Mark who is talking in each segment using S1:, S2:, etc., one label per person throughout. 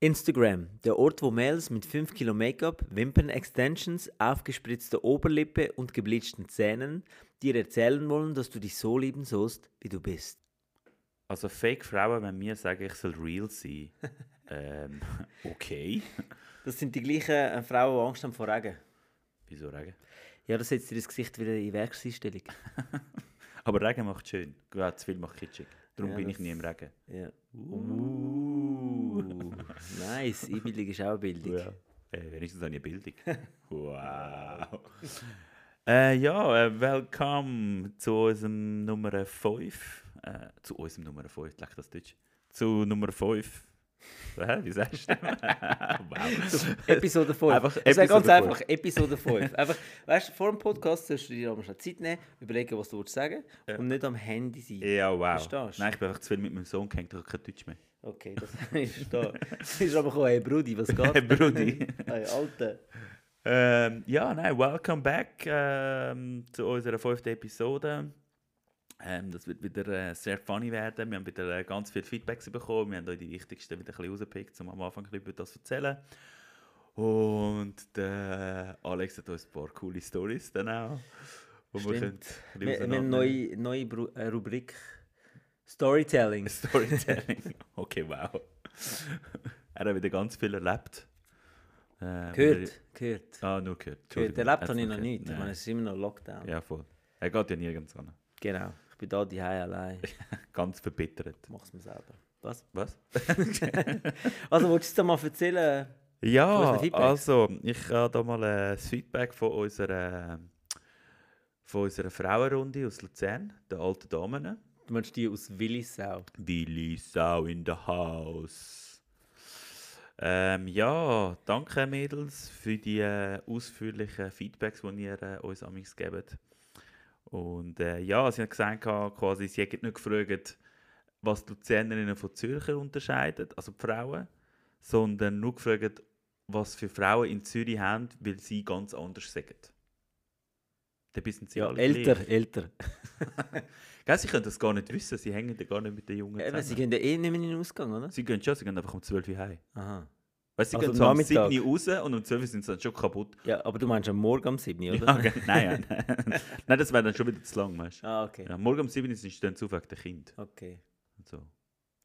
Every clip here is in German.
S1: Instagram, der Ort, wo Mädels mit 5 Kilo Make-up, Wimpern-Extensions, aufgespritzter Oberlippe und gebleachten Zähnen dir erzählen wollen, dass du dich so lieben sollst, wie du bist.
S2: Also Fake-Frauen, wenn mir sagen, ich soll real sein. ähm, okay.
S1: Das sind die gleichen äh, Frauen, die Angst haben vor Regen.
S2: Wieso Regen?
S1: Ja, das setzt dir das Gesicht wieder in Werkseinstellung.
S2: Aber Regen macht schön. Ja, zu viel macht kitschig. Darum
S1: Ja,
S2: bin ich
S1: das-
S2: nie im Regen.
S1: Ja. Uh. Nice, Einbildung ist auch eine Bildung.
S2: Ja. Äh, wenigstens eine Bildung. wow. Äh, ja, äh, welcome zu unserem Nummer 5. Äh, zu unserem Nummer 5, leck das Deutsch. Zu Nummer 5. Hä, wie sagst du? wow.
S1: Episode 5.
S2: Einfach
S1: ich sage ganz
S2: Episode
S1: einfach, Episode 5. einfach, weißt du, vor dem Podcast sollst du dir aber schon Zeit nehmen, überlegen, was du willst sagen und nicht am Handy sein.
S2: Ja, wow.
S1: Verstehst du?
S2: Nein, ich bin einfach zu viel mit meinem Sohn gehängt, ich habe kein Deutsch mehr.
S1: Okay, das ist da. Das ist aber gekommen, hey Brudi, was geht?
S2: Hey, Brudi.
S1: hey, Alter.
S2: Ähm, ja, nein, welcome back ähm, zu unserer fünften Episode. Ähm, das wird wieder äh, sehr funny werden. Wir haben wieder äh, ganz viel Feedbacks bekommen. Wir haben euch die wichtigsten wieder ein bisschen rausgepickt, um am Anfang ein bisschen über das zu erzählen. Und der Alex hat uns ein paar coole Stories dann auch. wo
S1: Stimmt.
S2: können ein bisschen
S1: Wir, wir haben eine
S2: auseinandernehmen.
S1: neue, neue Bru- äh, Rubrik. Storytelling.
S2: Storytelling. Okay, wow. er hat wieder ganz viel erlebt. Ähm,
S1: Gehört, gehört.
S2: Ah, nur gehört.
S1: Gehört.
S2: Entschuldigung,
S1: Erlebt
S2: hat's
S1: habe ich noch
S2: gehört.
S1: nicht. Ich
S2: Nein.
S1: meine, es ist immer noch Lockdown.
S2: Ja, voll. Er geht ja nirgends an.
S1: Genau. Ich bin da die allein.
S2: Ganz verbittert.
S1: Mach's mir selber. Was?
S2: Was?
S1: Also, willst du es mal erzählen?
S2: Ja,
S1: unseren Feedbacks?
S2: also, ich habe da mal ein Feedback von unserer, von unserer Frauenrunde aus Luzern, der alten Damen.
S1: Du meinst die aus Willisau?
S2: Willi Sau in the house. Ähm, ja, danke Mädels für die äh, ausführlichen Feedbacks, die ihr äh, uns amigs gebt. Und äh, ja, sie haben gesagt, gehabt, quasi, sie hätten nicht gefragt, was die Luzernerinnen von Zürcher unterscheidet, also die Frauen, sondern nur gefragt, was für Frauen in Zürich haben, weil sie ganz anders sagen. Dann sind sie alle gleich.
S1: älter.
S2: Gell, sie können das gar nicht wissen, sie hängen da gar nicht mit den Jungen
S1: Ja, aber
S2: zusammen.
S1: sie gehen ja eh nicht mehr in den Ausgang, oder?
S2: Sie gehen schon, sie gehen einfach um 12 Uhr heim.
S1: Aha.
S2: Weißt du, sie
S1: Also
S2: gehen
S1: am
S2: so am
S1: Nachmittag.
S2: 7 Uhr raus und um 12 Uhr sind sie dann schon kaputt.
S1: Ja, aber du meinst am Morgen um 7 Uhr, oder?
S2: Ja, genau. okay. Nein, ja, nein. nein, das wäre dann schon wieder zu lang, weißt du.
S1: Ah, okay.
S2: Ja, morgen um 7 Uhr sind sie dann zu wegen der Kind.
S1: Okay.
S2: Und so.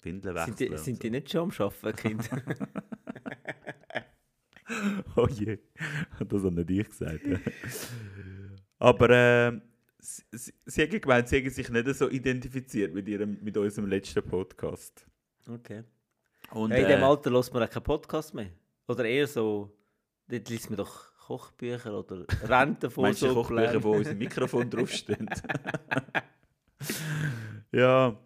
S2: Windeln
S1: Sind
S2: wechseln.
S1: die, sind die nicht schon am Schaffen, Kind?
S2: Oh je, das hat nicht ich gesagt. Aber ähm, sie, sie, sie haben gemeint, sie haben sich nicht so identifiziert mit, ihrem, mit unserem letzten Podcast.
S1: Okay.
S2: Und,
S1: ja, in dem
S2: äh,
S1: Alter hört man auch keinen Podcast mehr. Oder eher so, dort liest man doch Kochbücher oder
S2: Meinst du die Kochbücher,
S1: Rentenvorsorgepläne.
S2: wo unser Mikrofon draufstehen? ja.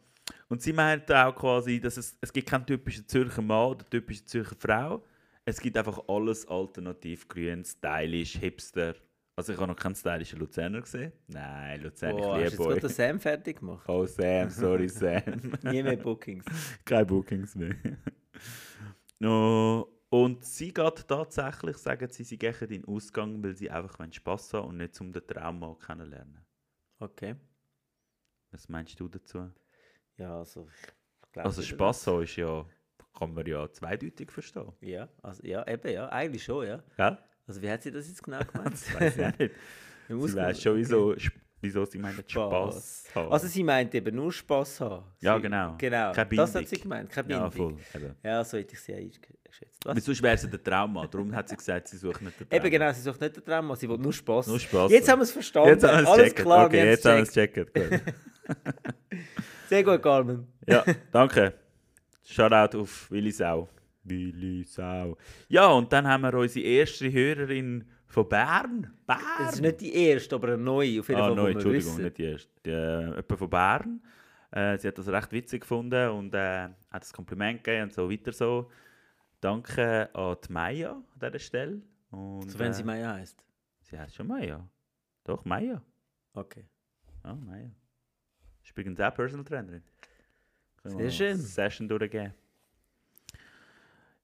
S2: Und sie meinte auch quasi, dass es, es gibt keinen typischen Zürcher Mann oder typischen Zürcher Frau. Es gibt einfach alles alternativ, grün, stylisch, hipster. Also ich habe noch keinen stylischen Luzerner gesehen. Nein, Luzern,
S1: Boah, hast du
S2: ich
S1: jetzt
S2: liebe
S1: gerade
S2: euch.
S1: den Sam fertig gemacht?
S2: Oh Sam, sorry Sam.
S1: Nie mehr Bookings.
S2: Keine Bookings mehr. no. Und sie geht tatsächlich, sagen sie, sie gehen in den Ausgang, weil sie einfach wollen Spass haben und nicht um den Trauma kennenlernen.
S1: Okay.
S2: Was meinst du dazu?
S1: Ja, also ich glaube...
S2: Also Spass haben ist ja, kann man ja zweideutig verstehen.
S1: Ja, also, ja, eben, ja. Eigentlich schon, ja.
S2: Gell?
S1: Also wie hat sie das jetzt genau gemeint?
S2: Das weiß ich auch nicht.
S1: Im
S2: Sie
S1: Ausgang?
S2: weiß schon, wieso, wieso sie meinen Spass, haben.
S1: Also sie meint eben nur Spass haben. Sie,
S2: Ja, genau.
S1: Genau,
S2: Keine
S1: das
S2: Bindung.
S1: hat sie gemeint, keine
S2: ja,
S1: Bindung.
S2: voll. Eben.
S1: Ja, so hätte ich sie auch eingeschätzt. Was?
S2: Weil sonst wäre es ja der Trauma. Darum hat sie gesagt, sie sucht nicht den Trauma.
S1: Eben genau, sie sucht nicht den Trauma, sie will nur Spass.
S2: Nur Spass.
S1: Jetzt haben wir es verstanden,
S2: Jetzt haben wir es
S1: alles
S2: gecheckt.
S1: klar,
S2: okay,
S1: wir
S2: jetzt haben wir
S1: haben
S2: es gecheckt. Gut.
S1: es Sehr gut, Carmen.
S2: Ja, danke. Shoutout auf Willi Sau. Willi Sau. Ja, und dann haben wir unsere erste Hörerin von Bern. Bern!
S1: Das ist nicht die erste, aber eine neue, auf jeden
S2: ah,
S1: Fall,
S2: nein,
S1: wo wir
S2: Entschuldigung,
S1: wissen.
S2: nicht die erste. Die, äh, jemand von Bern. Äh, sie hat das recht witzig gefunden und äh, hat das Kompliment gegeben und so weiter so. Danke an die Maya an dieser Stelle. Und,
S1: So, wenn sie
S2: äh,
S1: Maya heisst.
S2: sie heißt schon Maya. Doch, Maya.
S1: Okay.
S2: Ja, Maya. Ist übrigens auch Personal Trainerin. Können
S1: Sehr
S2: wir noch
S1: schön.
S2: eine Session durchgeben.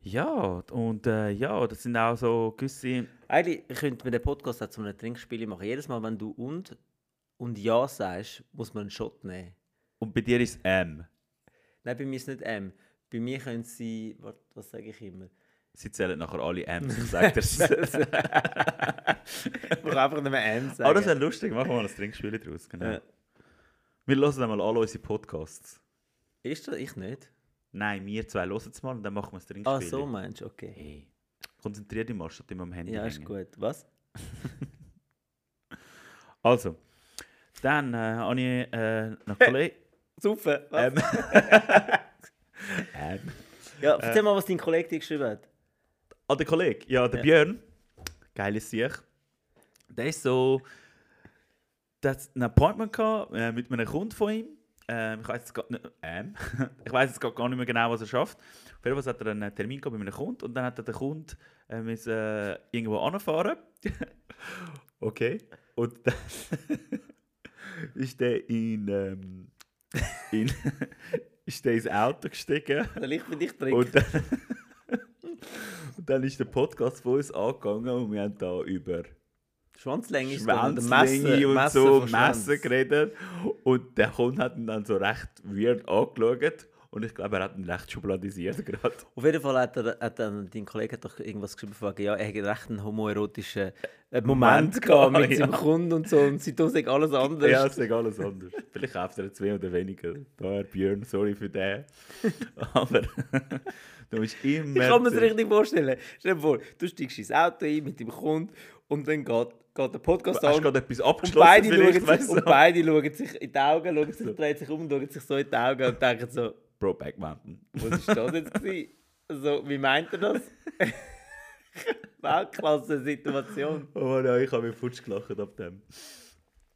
S2: Ja, und äh, ja, das sind auch so gewisse.
S1: Eigentlich könnte man den Podcast auch zu einem Trinkspiel machen. Jedes Mal, wenn du und und ja sagst, muss man einen Shot nehmen.
S2: Und bei dir ist M.
S1: Nein, bei mir ist nicht M. Bei mir können sie, warte, was sage ich immer?
S2: Sie zählen nachher alle M's, ich sag dir's.
S1: Ich brauche einfach nicht mehr M sagen.
S2: Aber Ah, das wäre lustig, machen wir mal ein Trinkspiel draus. Genau.
S1: Ja.
S2: Wir hören einmal alle unsere Podcasts.
S1: Ist das? Ich nicht.
S2: Nein, wir zwei hören es mal und dann machen wir ein Trinkspiel.
S1: Ah, so meinst du, okay.
S2: Hey, konzentrier dich mal, statt immer am Handy
S1: Ja, ist
S2: hängen.
S1: gut. Was?
S2: Also, dann äh, habe ich äh, noch Kollegen...
S1: Saufen? Was?
S2: Ähm. ähm.
S1: ja, erzähl mal, was dein Kollege dir geschrieben hat.
S2: Ah, der Kollege, ja, der Björn. Geiles Sieg. Der ist so. Der hat ein Appointment gehabt, äh, mit einem Kunden von ihm. Ähm, ich weiß jetzt gar nicht, ähm, ich weiß jetzt grad gar nicht mehr genau, was er schafft. Auf jeden Fall hat er einen Termin gehabt mit einem Kunden und dann hat er den Kunden äh, müssen, äh, irgendwo anfahren. okay. Und dann ist der in, ähm, in ist der ins Auto gestiegen.
S1: Kann ich für dich trinken?
S2: Und dann, und dann ist der Podcast von uns angegangen und wir haben da über
S1: Schwanzlänge ist gut.
S2: Schwänzlinge und so,
S1: von
S2: Messen
S1: Schwanz.
S2: geredet. Und der Kunde hat ihn dann so recht weird angeschaut. Und ich glaube, er hat ihn recht schubladisiert gerade.
S1: Auf jeden Fall hat, er, hat dann, dein Kollege hat doch irgendwas geschrieben, von wegen, ja, er hätte recht einen homoerotischen äh, Moment
S2: Moment
S1: gehabt mit
S2: gehabt, ja.
S1: seinem Kunden und so und seitdem sagt alles anders.
S2: Ja, es ist alles anders. Vielleicht kauft er zwei oder weniger. Da, Björn, sorry für den. Aber du bist immer...
S1: Ich kann mir das
S2: zu-
S1: richtig vorstellen. Stell dir vor, du steigst ins Auto ein mit dem Kunden und dann geht, geht der Podcast
S2: Hast du
S1: an
S2: gerade etwas
S1: und
S2: abgeschlossen?
S1: beide,
S2: vielleicht,
S1: schauen
S2: weißt
S1: sich,
S2: du?
S1: und beide schauen sich in die Augen, schauen sich, drehen sich um und schauen sich so in die Augen und denken so,
S2: Brokeback Mountain.
S1: was war das jetzt? Gewesen? So, wie meint er das? Weltklasse-Situation.
S2: Oh Mann, ja, ich habe mich futsch gelacht ab dem,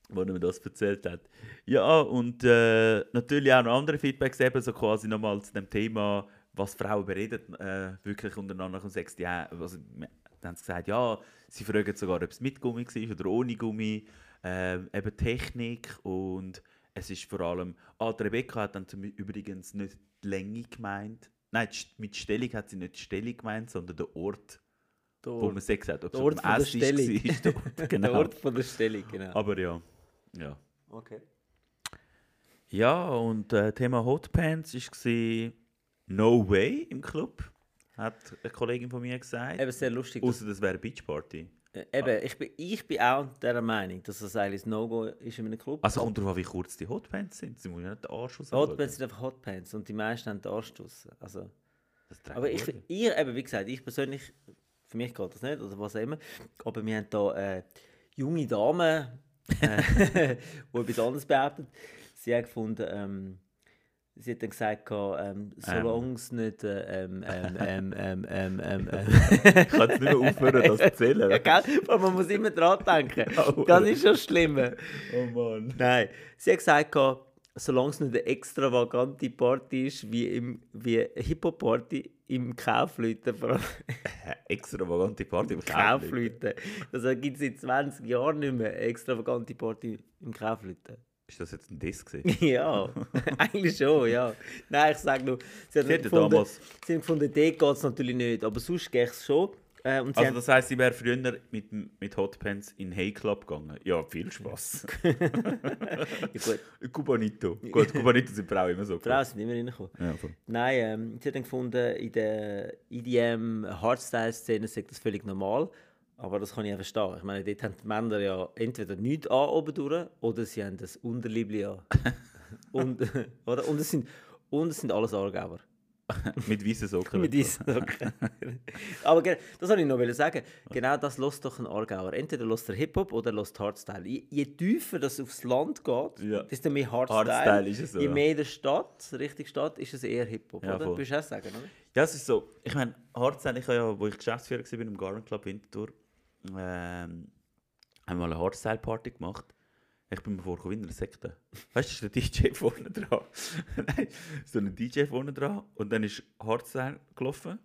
S2: wo er mir das erzählt hat. Ja, und äh, natürlich auch noch andere Feedbacks, eben so quasi nochmal zu dem Thema, was Frauen bereden, äh, wirklich untereinander und sagst, ja, also, wir- dann haben sie gesagt, ja, sie fragen sogar, ob es mit Gummi war oder ohne Gummi, ähm, eben Technik und es ist vor allem, ah, die Rebecca hat dann zum, übrigens nicht die Länge gemeint, nein, die St- mit Stellung hat sie nicht die Stellung gemeint, sondern den Ort, wo man Sex hat, ob es
S1: Der
S2: auf
S1: Ort
S2: dem
S1: von der
S2: Essen war,
S1: Stellung.
S2: ist der Ort,
S1: Der
S2: genau.
S1: Ort von der Stellung, genau.
S2: Aber ja. Ja,
S1: Okay.
S2: ja und äh, Thema Hotpants war No Way im Club, hat eine Kollegin von mir gesagt.
S1: Eben sehr lustig. dass-
S2: Außer das wäre eine Beachparty.
S1: äh, Eben, ich bin, ich bin auch der Meinung, dass das eigentlich ein No-Go ist in einem Club.
S2: Also kommt darauf an, wie kurz die Hotpants sind. Sie müssen ja nicht den Arsch aussehen.
S1: Hotpants sind einfach Hotpants und die meisten haben den Arsch draussen. Also, aber
S2: Aber
S1: ich,
S2: ich...
S1: ich, eben, wie gesagt, ich persönlich, für mich geht das nicht oder was auch immer. Aber wir haben da äh, junge Damen, äh, die etwas anderes behaupten. Sie hat gefunden, ähm, sie hat dann gesagt, ähm, solange es nicht äh, ähm, ähm, ähm, ähm, ähm, ähm, ähm,
S2: Ich kann jetzt nicht mehr aufhören, das zu erzählen.
S1: Ja, gell? Weil man muss immer dran denken.
S2: Oh,
S1: Das
S2: oder?
S1: ist schon schlimm.
S2: Oh Mann.
S1: Nein, sie hat gesagt, gehabt, solange es nicht eine extravagante Party ist, wie, im, wie eine Hip-Hop-Party im Kaufleuten, vor allem
S2: Eine extravagante Party im Kaufleuten.
S1: Kaufleuten. Das gibt es Also seit 20 Jahren nicht mehr, eine extravagante Party im Kaufleuten.
S2: Ist das jetzt ein Diss gewesen?
S1: Ja, eigentlich schon, ja. Nein, ich sage nur, sie hat
S2: Sie hätte
S1: gefunden,
S2: damals-
S1: sie haben gefunden, dort geht es natürlich nicht, aber sonst gehe ich es schon. Äh, und sie
S2: Also
S1: haben-
S2: das heisst, sie wäre früher mit, mit Hotpants in Hey Club gegangen. Ja, viel Spaß.
S1: ja, gut,
S2: Cubanito. Gut, Cubanito sind Frauen immer so.
S1: die Frauen sind immer reingekommen.
S2: Ja, voll.
S1: Nein, ähm, sie hat dann gefunden, in der E EDM-Hardstyle-Szene sei das völlig normal. Aber das kann ich auch verstehen. Ich meine, dort haben die Männer ja entweder nichts an oben durch, oder sie haben das Unterliebli an. und, oder? Und, es sind, und es sind alles Argeber.
S2: Mit weißen Socken.
S1: Mit diesen Socken. Aber ge- das wollte ich noch wollen sagen. Genau das lässt doch ein Aargauer. Entweder lässt er Hip-Hop oder lässt Hardstyle. Je, je tiefer das aufs Land geht,
S2: Ja.
S1: desto mehr Hardstyle.
S2: Hardstyle ist es so,
S1: Je
S2: ja.
S1: mehr in der Stadt, richtig Stadt, ist es eher Hip-Hop.
S2: Ja,
S1: oder?
S2: voll.
S1: Würdest du auch sagen, oder?
S2: Ja, es ist so. Ich meine, Hardstyle, ich habe ja, wo ich Geschäftsführer war im Garden Club Winterthur, ähm, haben wir mal eine Hardstyle-Party gemacht. Ich bin mir vorgekommen wie in einer Sekte. Weißt du, da ist der DJ vorne dran. Nein, so ein DJ vorne dran. Und dann ist Hardstyle gelaufen.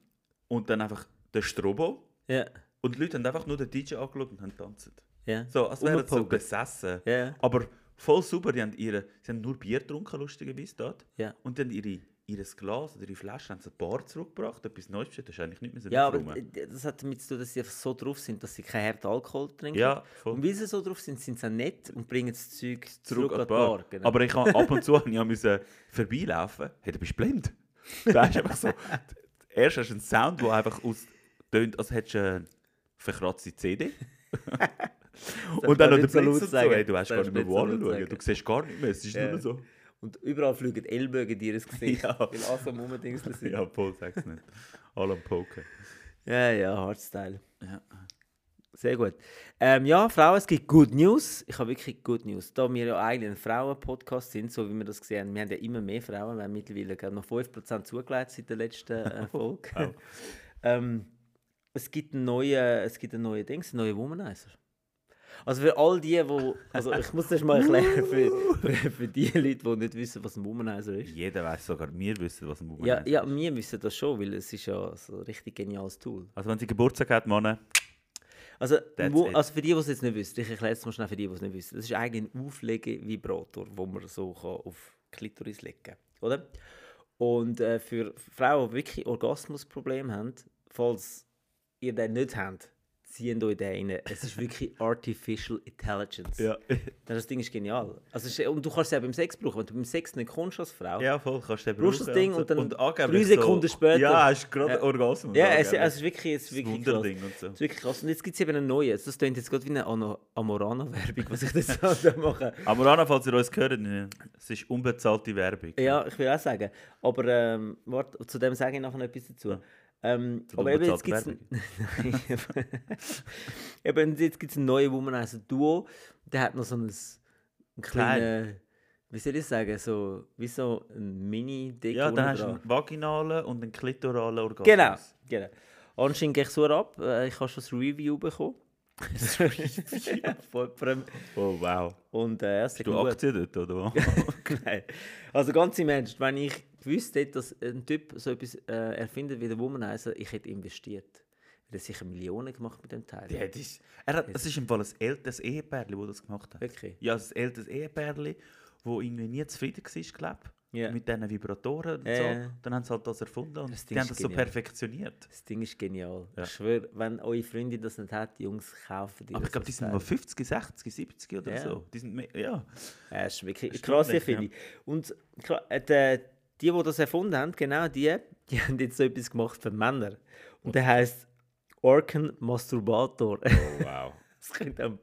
S2: Und dann einfach der Strobo.
S1: Ja.
S2: Und die Leute haben einfach nur den DJ angeschaut und haben getanzt.
S1: Ja.
S2: So, als wären sie so
S1: Rumgepokert.
S2: besessen.
S1: Ja.
S2: Aber voll super, die haben, ihre, sie haben nur Bier getrunken, lustigerweise dort.
S1: Ja.
S2: Und dann ihre, ihr Glas oder ihre Flasche haben sie ein paar zurückgebracht, etwas Neues bestellt, das ist eigentlich nicht mehr so
S1: Ja, aber
S2: rum.
S1: d- das hat damit zu tun, dass sie einfach so drauf sind, dass sie keinen harten Alkohol trinken.
S2: Ja, voll.
S1: und weil sie so drauf sind, sind sie auch nett und bringen das Zeug zurück,
S2: Zurück an die
S1: an die Bar.
S2: Bar.
S1: genau.
S2: Aber ich habe ab und zu habe ich auch müssen vorbeilaufen. Hey, du bist blind. da ist einfach so. Erst hast du einen Sound, der einfach aus tönt, als hättest du eine verkratzte CD. und dann
S1: gar
S2: noch der
S1: nicht so laut
S2: Blitz und so.
S1: sagen.
S2: Hey, du weißt gar
S1: Darfst
S2: nicht mehr,
S1: nicht
S2: wo
S1: so laut
S2: anschauen.
S1: sagen.
S2: Du siehst gar nicht mehr. Es ist
S1: Ja.
S2: nur so.
S1: Und überall fliegen die Ellbogen dir ins Gesicht,
S2: Ja.
S1: weil Assam rumdingseln sind.
S2: Ja, Paul, sag's nicht. Alle am Poker.
S1: Ja, ja, Hardstyle.
S2: Ja.
S1: Sehr gut. Ähm, ja, Frauen, es gibt Good News. Ich habe wirklich Good News. Da wir ja eigentlich ein Frauen-Podcast sind, so wie wir das gesehen haben, wir haben ja immer mehr Frauen. Wir haben mittlerweile gerade noch 5% zugelegt seit der letzten äh, Folge.
S2: Wow.
S1: ähm, es gibt einen neuen, es gibt einen neuen Dings, einen neuen Womanizer. Also für all die, die, also ich muss das mal erklären, für, für, für die Leute, die nicht wissen, was ein Womanizer ist.
S2: Jeder weiß sogar, wir wissen, was ein Boomer
S1: Ja,
S2: ist.
S1: ja, wir wissen das schon, weil es ist ja so ein richtig geniales Tool.
S2: Also, wenn sie Geburtstag hat, Mann,
S1: Also,
S2: That's
S1: wo,
S2: it.
S1: also für die, die es jetzt nicht wissen, ich erkläre es mal schnell für die, die es nicht wissen. Das ist eigentlich ein Auflegevibrator, wo man so kann auf Klitoris legen kann. Oder? Und äh, für Frauen, die wirklich Orgasmusprobleme haben, falls ihr den nicht habt, ziehen euch den rein. Es ist wirklich Artificial Intelligence.
S2: ja.
S1: Das Ding ist genial. Also, es ist, und du kannst es auch beim Sex brauchen. Wenn du beim Sex nicht kommst als Frau,
S2: ja, voll, kannst du den
S1: Brauchst das
S2: brauchen
S1: Ding und dann
S2: angeblich
S1: drei Sekunden später-
S2: Ja, hast gerade
S1: Ja.
S2: Orgasmus.
S1: Ja, es,
S2: angeblich.
S1: es ist wirklich, es ist
S2: Das
S1: wirklich krass.
S2: Wunderding und so.
S1: Das ist wirklich krass. Und jetzt gibt es eben einen neuen. Das klingt jetzt gerade wie eine Ano- Amorana-Werbung, was ich jetzt da mache.
S2: Aber Anna, falls ihr uns hört, ne, es ist unbezahlte Werbung.
S1: Ja, ich will auch sagen. Aber ähm, warte, zu dem sage ich nachher noch etwas dazu. Ähm,
S2: Zu der
S1: aber eben jetzt gibt es
S2: unbezahlten
S1: eben jetzt gibt's einen neuen Womanizer Duo. Der hat noch so ein, einen kleinen, wie soll ich sagen, so wie so ein Mini-Dick
S2: Ja,
S1: unten
S2: dann hast du
S1: dran.
S2: einen vaginalen und einen klitoralen Orgasmus.
S1: Genau, genau. Anscheinend gehe ich so ab. Äh, Ich habe schon das Review bekommen. Von jemandem.
S2: Oh, wow.
S1: Und äh, es
S2: Du Aktien dort, oder was?
S1: Nein. Also ganz im Ernst, wenn ich gewusst hätte, dass ein Typ so etwas äh, erfindet wie der Womanizer, ich hätte investiert. Weil er sicher Millionen gemacht mit dem Teil.
S2: Ja, das- er hat, es ist im Fall ein älteres Ehepärli, das das gemacht hat.
S1: Wirklich?
S2: Ja, ein älteres Ehepärli, wo irgendwie nie zufrieden war, glaube ich.
S1: Ja.
S2: Mit diesen Vibratoren und
S1: Ja,
S2: so.
S1: ja.
S2: Dann haben sie halt das erfunden und
S1: Das Ding
S2: die haben
S1: ist
S2: das so
S1: genial.
S2: perfektioniert.
S1: Das Ding ist genial.
S2: Ja.
S1: Ich schwöre, wenn eure Freundin das nicht hat, die Jungs kaufen die
S2: Aber
S1: das
S2: ich glaube, die
S1: als
S2: sind
S1: Teil.
S2: mal 50, 60, 70 oder
S1: Ja.
S2: so. Die sind mehr, ja.
S1: Ja, das ist wirklich
S2: Erstaunlich,
S1: krass, finde ich. Und klar, äh, die, die, die das erfunden haben, genau die, die haben jetzt so etwas gemacht für Männer. Und der heißt Orkan Masturbator.
S2: Oh, wow.
S1: Das könnte am-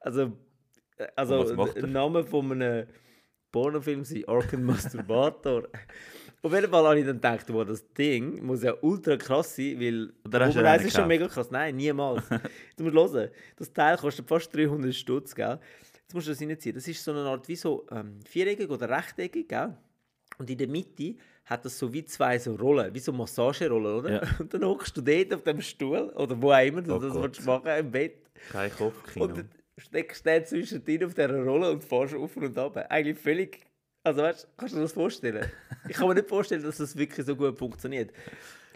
S1: Also, äh,
S2: Und was
S1: also
S2: macht er?
S1: ein Name von einem Pornofilm sein, Orkan Masturbator. Auf jeden Fall habe ich dann gedacht, wow, das Ding muss ja ultra krass sein, weil
S2: Und dann hast du
S1: Wobei,
S2: einen
S1: es ist schon
S2: gekauft.
S1: mega krass. Nein, niemals. Jetzt musst du hören, das Teil kostet fast 300 Stutz, gell? Jetzt musst du das reinziehen. Das ist so eine Art wie so ähm, viereckig oder rechteckig, gell? Und in der Mitte hat das so wie zwei so Rollen, wie so Massagerollen, oder?
S2: Ja.
S1: Und dann hockst du dort auf dem Stuhl oder wo auch immer du
S2: Oh
S1: das
S2: Gott.
S1: willst machen im Bett.
S2: Kein
S1: Und
S2: Kopfkino.
S1: dann steckst du den zwischen dir auf dieser Rolle und fährst auf und ab. Eigentlich völlig. Also weißt du, kannst du dir das vorstellen? Ich kann mir nicht vorstellen, dass das wirklich so gut funktioniert.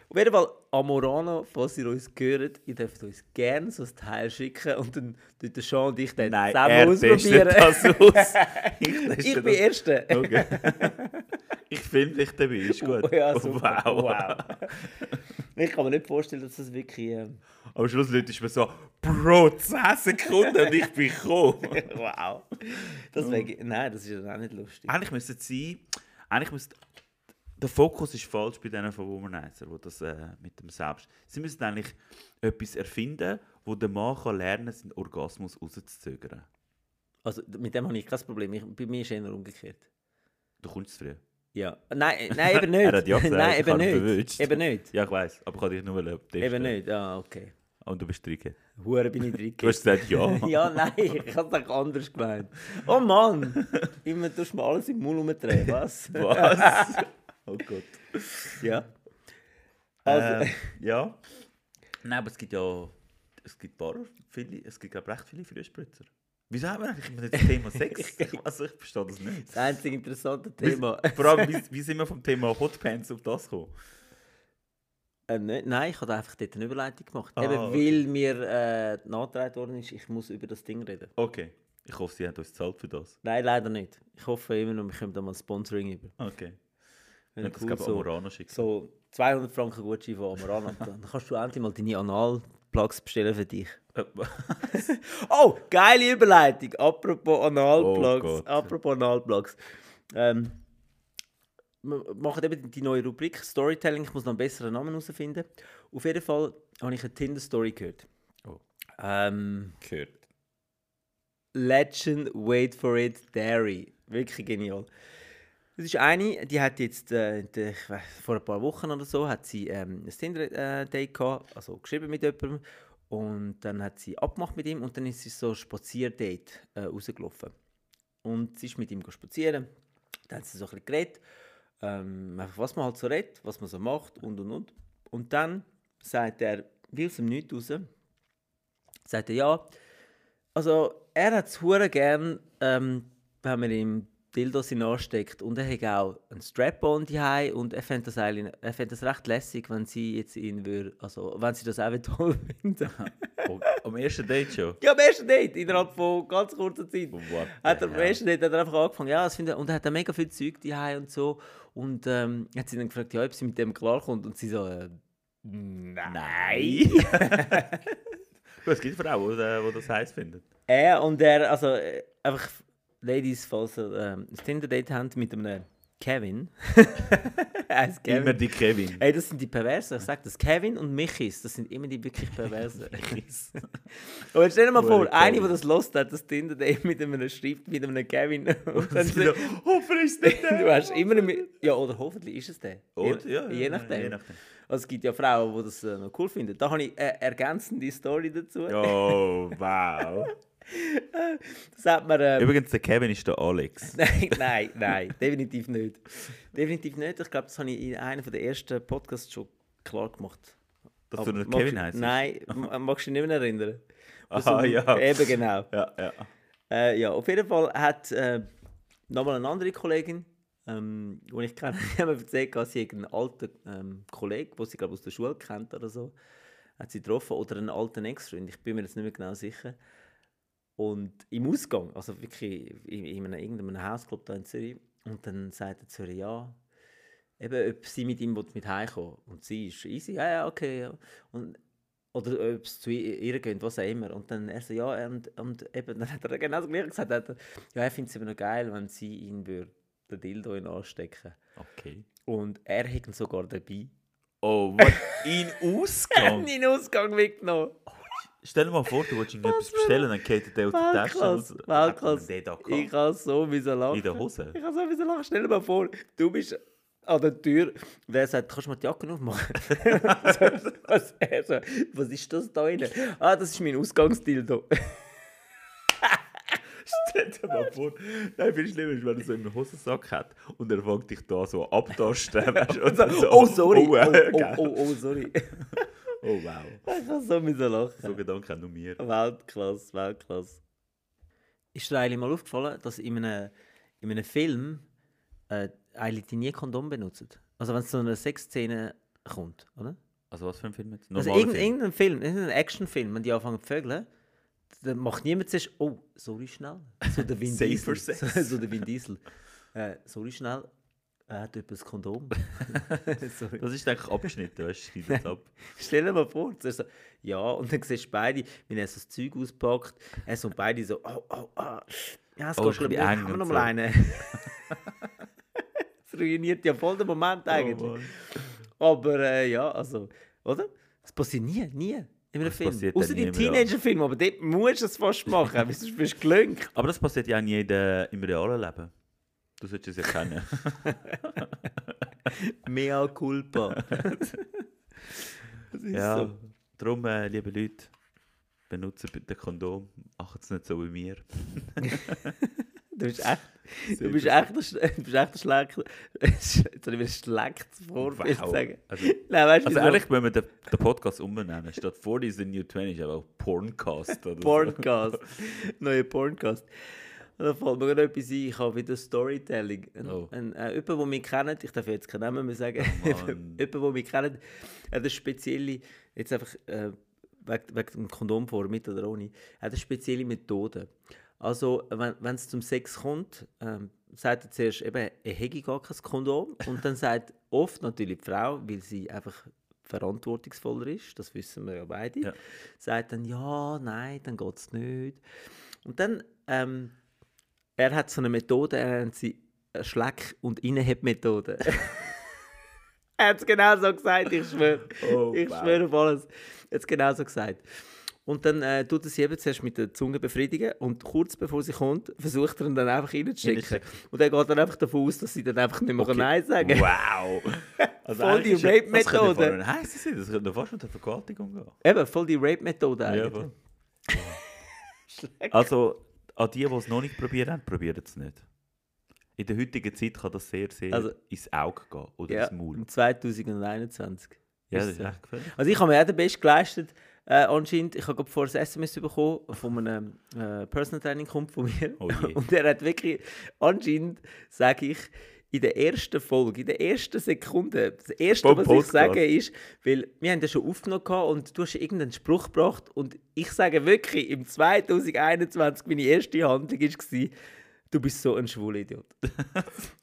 S1: Auf jeden Fall, Amorano, falls ihr uns hört, ihr dürft uns gerne so ein Teil schicken und dann tut der Sean und ich dann
S2: Nein, er
S1: zusammen
S2: testet
S1: ausprobieren.
S2: das aus. Ich, teste
S1: Ich bin
S2: das.
S1: Erster.
S2: Okay. ich filme dich dabei, ist gut.
S1: Oh ja,
S2: Oh,
S1: super.
S2: wow.
S1: Ich kann mir nicht vorstellen, dass das wirklich. Ähm,
S2: Am Schluss Leute ist mir so, Bro, 10 Sekunden und ich bin gekommen.
S1: wow. Das wär, nein, das ist ja dann auch nicht lustig.
S2: eigentlich müsste es sein, eigentlich müsste, der Fokus ist falsch bei denen von Womanizer, wo das äh, mit dem Selbst. Sie müssen eigentlich etwas erfinden, wo der Mann kann lernen kann, seinen Orgasmus rauszuzögern.
S1: Also mit dem habe ich kein Problem. Ich, bei mir ist eher umgekehrt.
S2: Du kommst zu früh.
S1: Ja, nein, nein, eben nicht.
S2: Er hat ja gesagt,
S1: nein,
S2: ich
S1: eben
S2: habe ihn
S1: nicht.
S2: verwünscht.
S1: Eben nicht.
S2: Ja, ich weiß, aber ich kann dich nur testen.
S1: Eben nicht. Ah, okay.
S2: Und du bist drin.
S1: Hure bin ich drin.
S2: Du hast gesagt, ja.
S1: ja, nein, ich habe es anders gemeint. Oh Mann, immer tust du mir alles im Mund umdrehen, was?
S2: Was? oh Gott.
S1: ja. Also,
S2: Ähm, ja. Nein, aber es gibt ja. Es gibt paar, viele, es gibt glaub, recht viele Frühspritzer. Wieso haben wir eigentlich immer nicht das Thema Sex? Ich- also ich verstehe das nicht.
S1: das einzige interessante Thema.
S2: Vor allem, wie, wie sind wir vom Thema Hotpants auf das gekommen?
S1: Äh, nicht- nein, ich habe einfach dort eine Überleitung gemacht.
S2: Ah,
S1: Eben,
S2: okay.
S1: weil mir äh, nachgetragen worden ist, ich muss über das Ding reden.
S2: Okay. Ich hoffe, sie haben uns gezahlt für das.
S1: Nein, leider nicht. Ich hoffe immer noch, wir kommen da mal ein Sponsoring über.
S2: Okay.
S1: Wäre
S2: Dann das
S1: cool,
S2: glaube ich
S1: so-
S2: Amorano schicken.
S1: so 200 Franken Gutschein von Amaran. Dann kannst du endlich mal deine Analplugs bestellen für dich.
S2: Äh,
S1: Oh, geile Überleitung. Apropos
S2: Oh
S1: Analplugs.
S2: Gott.
S1: Apropos Analplugs. Ähm, wir machen eben die neue Rubrik Storytelling. Ich muss noch einen besseren Namen herausfinden. Auf jeden Fall habe ich eine Tinder-Story gehört.
S2: Oh.
S1: Ähm,
S2: Gehört.
S1: Legend, wait for it, Dairy. Wirklich genial. Das ist eine, die hat jetzt äh, die, ich weiss, vor ein paar Wochen oder so hat sie ähm, ein Tinder-Date gehabt, also geschrieben mit jemandem. Und dann hat sie abgemacht mit ihm und dann ist sie so ein Spazierdate äh, rausgelaufen. Und sie ist mit ihm go spazieren. Dann hat sie so ein bisschen geredet. Ähm, einfach, was man halt so redet, was man so macht und und und. Und dann sagt er, wie aus dem Nichts raus, sagt er, ja, also, er hat es hure gern, ähm, wenn man ihm Dildos in den Arsch steckt. Und er hat auch einen Strap-on daheim und er fände das, eigentlich- er fänd das recht lässig, wenn sie jetzt ihn würde, also wenn sie das auch toll finden.
S2: Oh, am ersten Date schon.
S1: ja, am ersten Date, innerhalb von ganz kurzer Zeit.
S2: What
S1: Hat
S2: the
S1: er am
S2: hell?
S1: ersten Date hat er einfach angefangen, ja, das finde ich, und er hat dann mega viel Zeug daheim und so. Und ähm, hat sie dann gefragt, ja, ob sie mit dem klarkommt. Und sie so, äh, nein.
S2: Gut, es gibt Frauen, die die das heiß finden.
S1: Er und er, also äh, einfach Ladies, falls ihr ähm, ein Tinder-Date habt mit einem Kevin. Er heisst
S2: Immer
S1: Kevin.
S2: die Kevin.
S1: Ey, das sind die Perversen, ich sag das. Kevin und Michis, das sind immer die wirklich Perversen. und jetzt stell dir mal vor,
S2: Hure
S1: eine, die
S2: Kevin.
S1: das lost hat, das Tinder-Date mit einem schreibt, mit einem Kevin. Und dann
S2: Sie so,
S1: so,
S2: Hoffentlich ist nicht der.
S1: du hast immer... mit- Ja, oder hoffentlich ist es der. Je-
S2: Oder? Oh, Ja, ja,
S1: je
S2: ja,
S1: nachdem.
S2: Je nachdem.
S1: Also, es gibt ja Frauen, die das äh, noch cool finden. Da habe ich eine ergänzende Story dazu.
S2: Oh, wow.
S1: Das hat mir... ähm,
S2: Übrigens, der Kevin ist der Alex.
S1: Nein, nein, nein, definitiv nicht. Definitiv nicht. Ich glaube, das habe ich in einem der ersten Podcasts schon klar gemacht.
S2: Dass du
S1: Aber
S2: nicht
S1: magst-
S2: Kevin heißt.
S1: Oh, Nein, ma- magst du dich nicht mehr erinnern? Aus
S2: Aha,
S1: dem-
S2: ja.
S1: Eben genau.
S2: Ja, ja.
S1: Äh, ja, auf jeden Fall hat äh, nochmal eine andere Kollegin, ähm, die ich kenne, die hat mir erzählt, dass sie hat einen alten ähm, Kollegen, den sie glaube aus der Schule kennt oder so, hat sie getroffen oder einen alten Ex-Freund, ich bin mir jetzt nicht mehr genau sicher. Und im Ausgang, also wirklich in, in einem, irgendeinem Hausclub hier in Zürich, und dann sagt der Zürich ja, eben, ob sie mit ihm will mit heimkommen Und sie ist easy, ja, ja, okay. Ja. Und, oder ob es zu i- ihr geht, was auch immer. Und dann er so, ja, und, und eben, dann hat er genau das Gleiche gesagt. Er Hat, ja, er findet es immer noch geil, wenn sie ihn würde, den Dildo in den Arsch stecken.
S2: Okay.
S1: Und er hat ihn sogar dabei.
S2: Oh, was? In
S1: Er hat ihn
S2: Ausgang?
S1: in den Ausgang mitgenommen.
S2: Stell dir mal vor, du willst irgendetwas bestellen, dann geht der auf die Tasche.
S1: Weltklasse,
S2: und- Hat
S1: Weltklasse.
S2: man den da
S1: Ich
S2: gehabt?
S1: kann so müssen lachen.
S2: In der Hose?
S1: Ich kann so müssen lachen. Stell dir mal vor, du bist an der Tür und er sagt, kannst du mal die Jacke aufmachen? so, was, er so, was ist das da drin? Ah, das ist mein Ausgangsdildo.
S2: Stell dir mal vor, nein, viel schlimmer ist, wenn er so einen Hosensack hat und er fängt dich da so abtasten. weißt du, und dann so,
S1: Oh, sorry. Oh,
S2: Oh, äh,
S1: oh,
S2: gell.
S1: oh, oh, sorry. Ich
S2: Oh, wow.
S1: kann so müssen lachen.
S2: So Gedanken haben nur wir.
S1: Weltklasse, Weltklasse. Ist dir eigentlich mal aufgefallen, dass in einem, in einem Film äh, eigentlich die nie Kondom benutzen? Also wenn es zu einer Sexszene kommt, oder?
S2: Also, was für ein Film jetzt?
S1: Also
S2: Normaler
S1: irgendein,
S2: Film.
S1: irgendein Film, irgendein Actionfilm, wenn die anfangen zu vögeln, dann macht niemand zuerst, oh, sorry schnell. So der Vin
S2: Safer
S1: Diesel.
S2: Sex.
S1: So, so der Vin Diesel. Äh, sorry schnell, er hat jemand ein Kondom. sorry.
S2: Das ist eigentlich abgeschnitten, weißt du? schneidet's ab.
S1: Stell dir mal vor, zuerst so, ja, und dann siehst du beide, wie er so das Zeug auspackt, er so und beide so, oh, oh, oh, ja, es geht
S2: Oh, ist ein
S1: schon
S2: bisschen
S1: wieder,
S2: eng
S1: haben wir
S2: und
S1: noch
S2: so.
S1: mal einen. Es ruiniert ja voll den Moment
S2: Oh,
S1: eigentlich.
S2: Mann.
S1: aber äh, ja, also, oder? Es passiert nie, nie. In einem
S2: Es
S1: Film.
S2: passiert dann
S1: Außer die
S2: nie mehr, ja.
S1: Teenager-Filme, aber dort musst du es fast machen, weil sonst bist du gelüngt.
S2: Aber das passiert ja nie in der, im realen Leben. Du solltest es ja kennen.
S1: Mea culpa. das ist
S2: ja.
S1: so.
S2: Darum, äh, liebe Leute, benutzt bitte Kondom. Macht es nicht so wie wir.
S1: Du bist echt, du bist echt, ein Sch- du bist echt ein schlecht, jetzt soll ich wieder schlecht Vorbild
S2: Wow.
S1: sagen.
S2: Also,
S1: Nein, weißt du,
S2: also
S1: so
S2: ehrlich, wenn wir den, den Podcast umbenennen, statt 40 is the new 20 aber auch Porncast. Oder
S1: Porncast. Neuer Porncast. Und Da fällt mir gerade etwas ein, ich habe wieder Storytelling. Ein,
S2: Oh.
S1: ein, äh, jemand, der mich kennt, ich darf jetzt keinen Namen mehr sagen,
S2: Mann.
S1: jemand, der mich kennt, hat eine spezielle, jetzt einfach äh, wegen, wegen dem Kondom vor, mit oder ohne, hat eine spezielle Methode. Also, wenn wenn es zum Sex kommt, ähm, sagt er zuerst, eben, ich habe gar kein Kondom. Und dann sagt oft natürlich die Frau, weil sie einfach verantwortungsvoller ist, das wissen wir ja beide,
S2: Ja.
S1: sagt dann, ja, nein, dann geht es nicht. Und dann, ähm, er hat so eine Methode, er nennt sie Schleck- und Innenheb-Methode. er hat es genau so gesagt, ich schwöre.
S2: Oh,
S1: ich
S2: wow.
S1: schwöre auf alles. Er hat es genau so gesagt. Und dann äh, tut er sie eben zuerst mit der Zunge befriedigen und kurz bevor sie kommt, versucht er ihn dann einfach reinzuschicken.
S2: Reinzuschicken.
S1: Und er geht dann einfach davon aus, dass sie dann einfach nicht mehr Nein sagen kann.
S2: Wow! Also
S1: Voll die
S2: eigentlich ist ja-
S1: Rape-Methode.
S2: Das könnte fast- Heisst es, das könnte fast unter Vergewaltigung gehen.
S1: Eben, voll die Rape-Methode
S2: Ja,
S1: eigentlich.
S2: voll. also, an die, die es noch nicht probiert haben, probieren es nicht. In der heutigen Zeit kann das sehr, sehr
S1: Also-
S2: ins Auge gehen oder
S1: Ja,
S2: ins Maul.
S1: 2021.
S2: Ja,
S1: ist
S2: das ist
S1: so.
S2: echt gefährlich.
S1: Also ich habe mir auch den Best geleistet, äh, anscheinend. Ich habe gerade vorher ein SMS bekommen von einem äh, Personal Training kommt von mir.
S2: Oh je.
S1: Und er hat wirklich, anscheinend sage ich, in der ersten Folge, in der ersten Sekunde, das erste,
S2: Vom
S1: was
S2: Podcast.
S1: ich sage, ist, weil wir haben das schon aufgenommen gehabt und du hast irgendeinen Spruch gebracht und ich sage wirklich, im 2021 meine erste Handlung war, du bist so ein schwuler Idiot.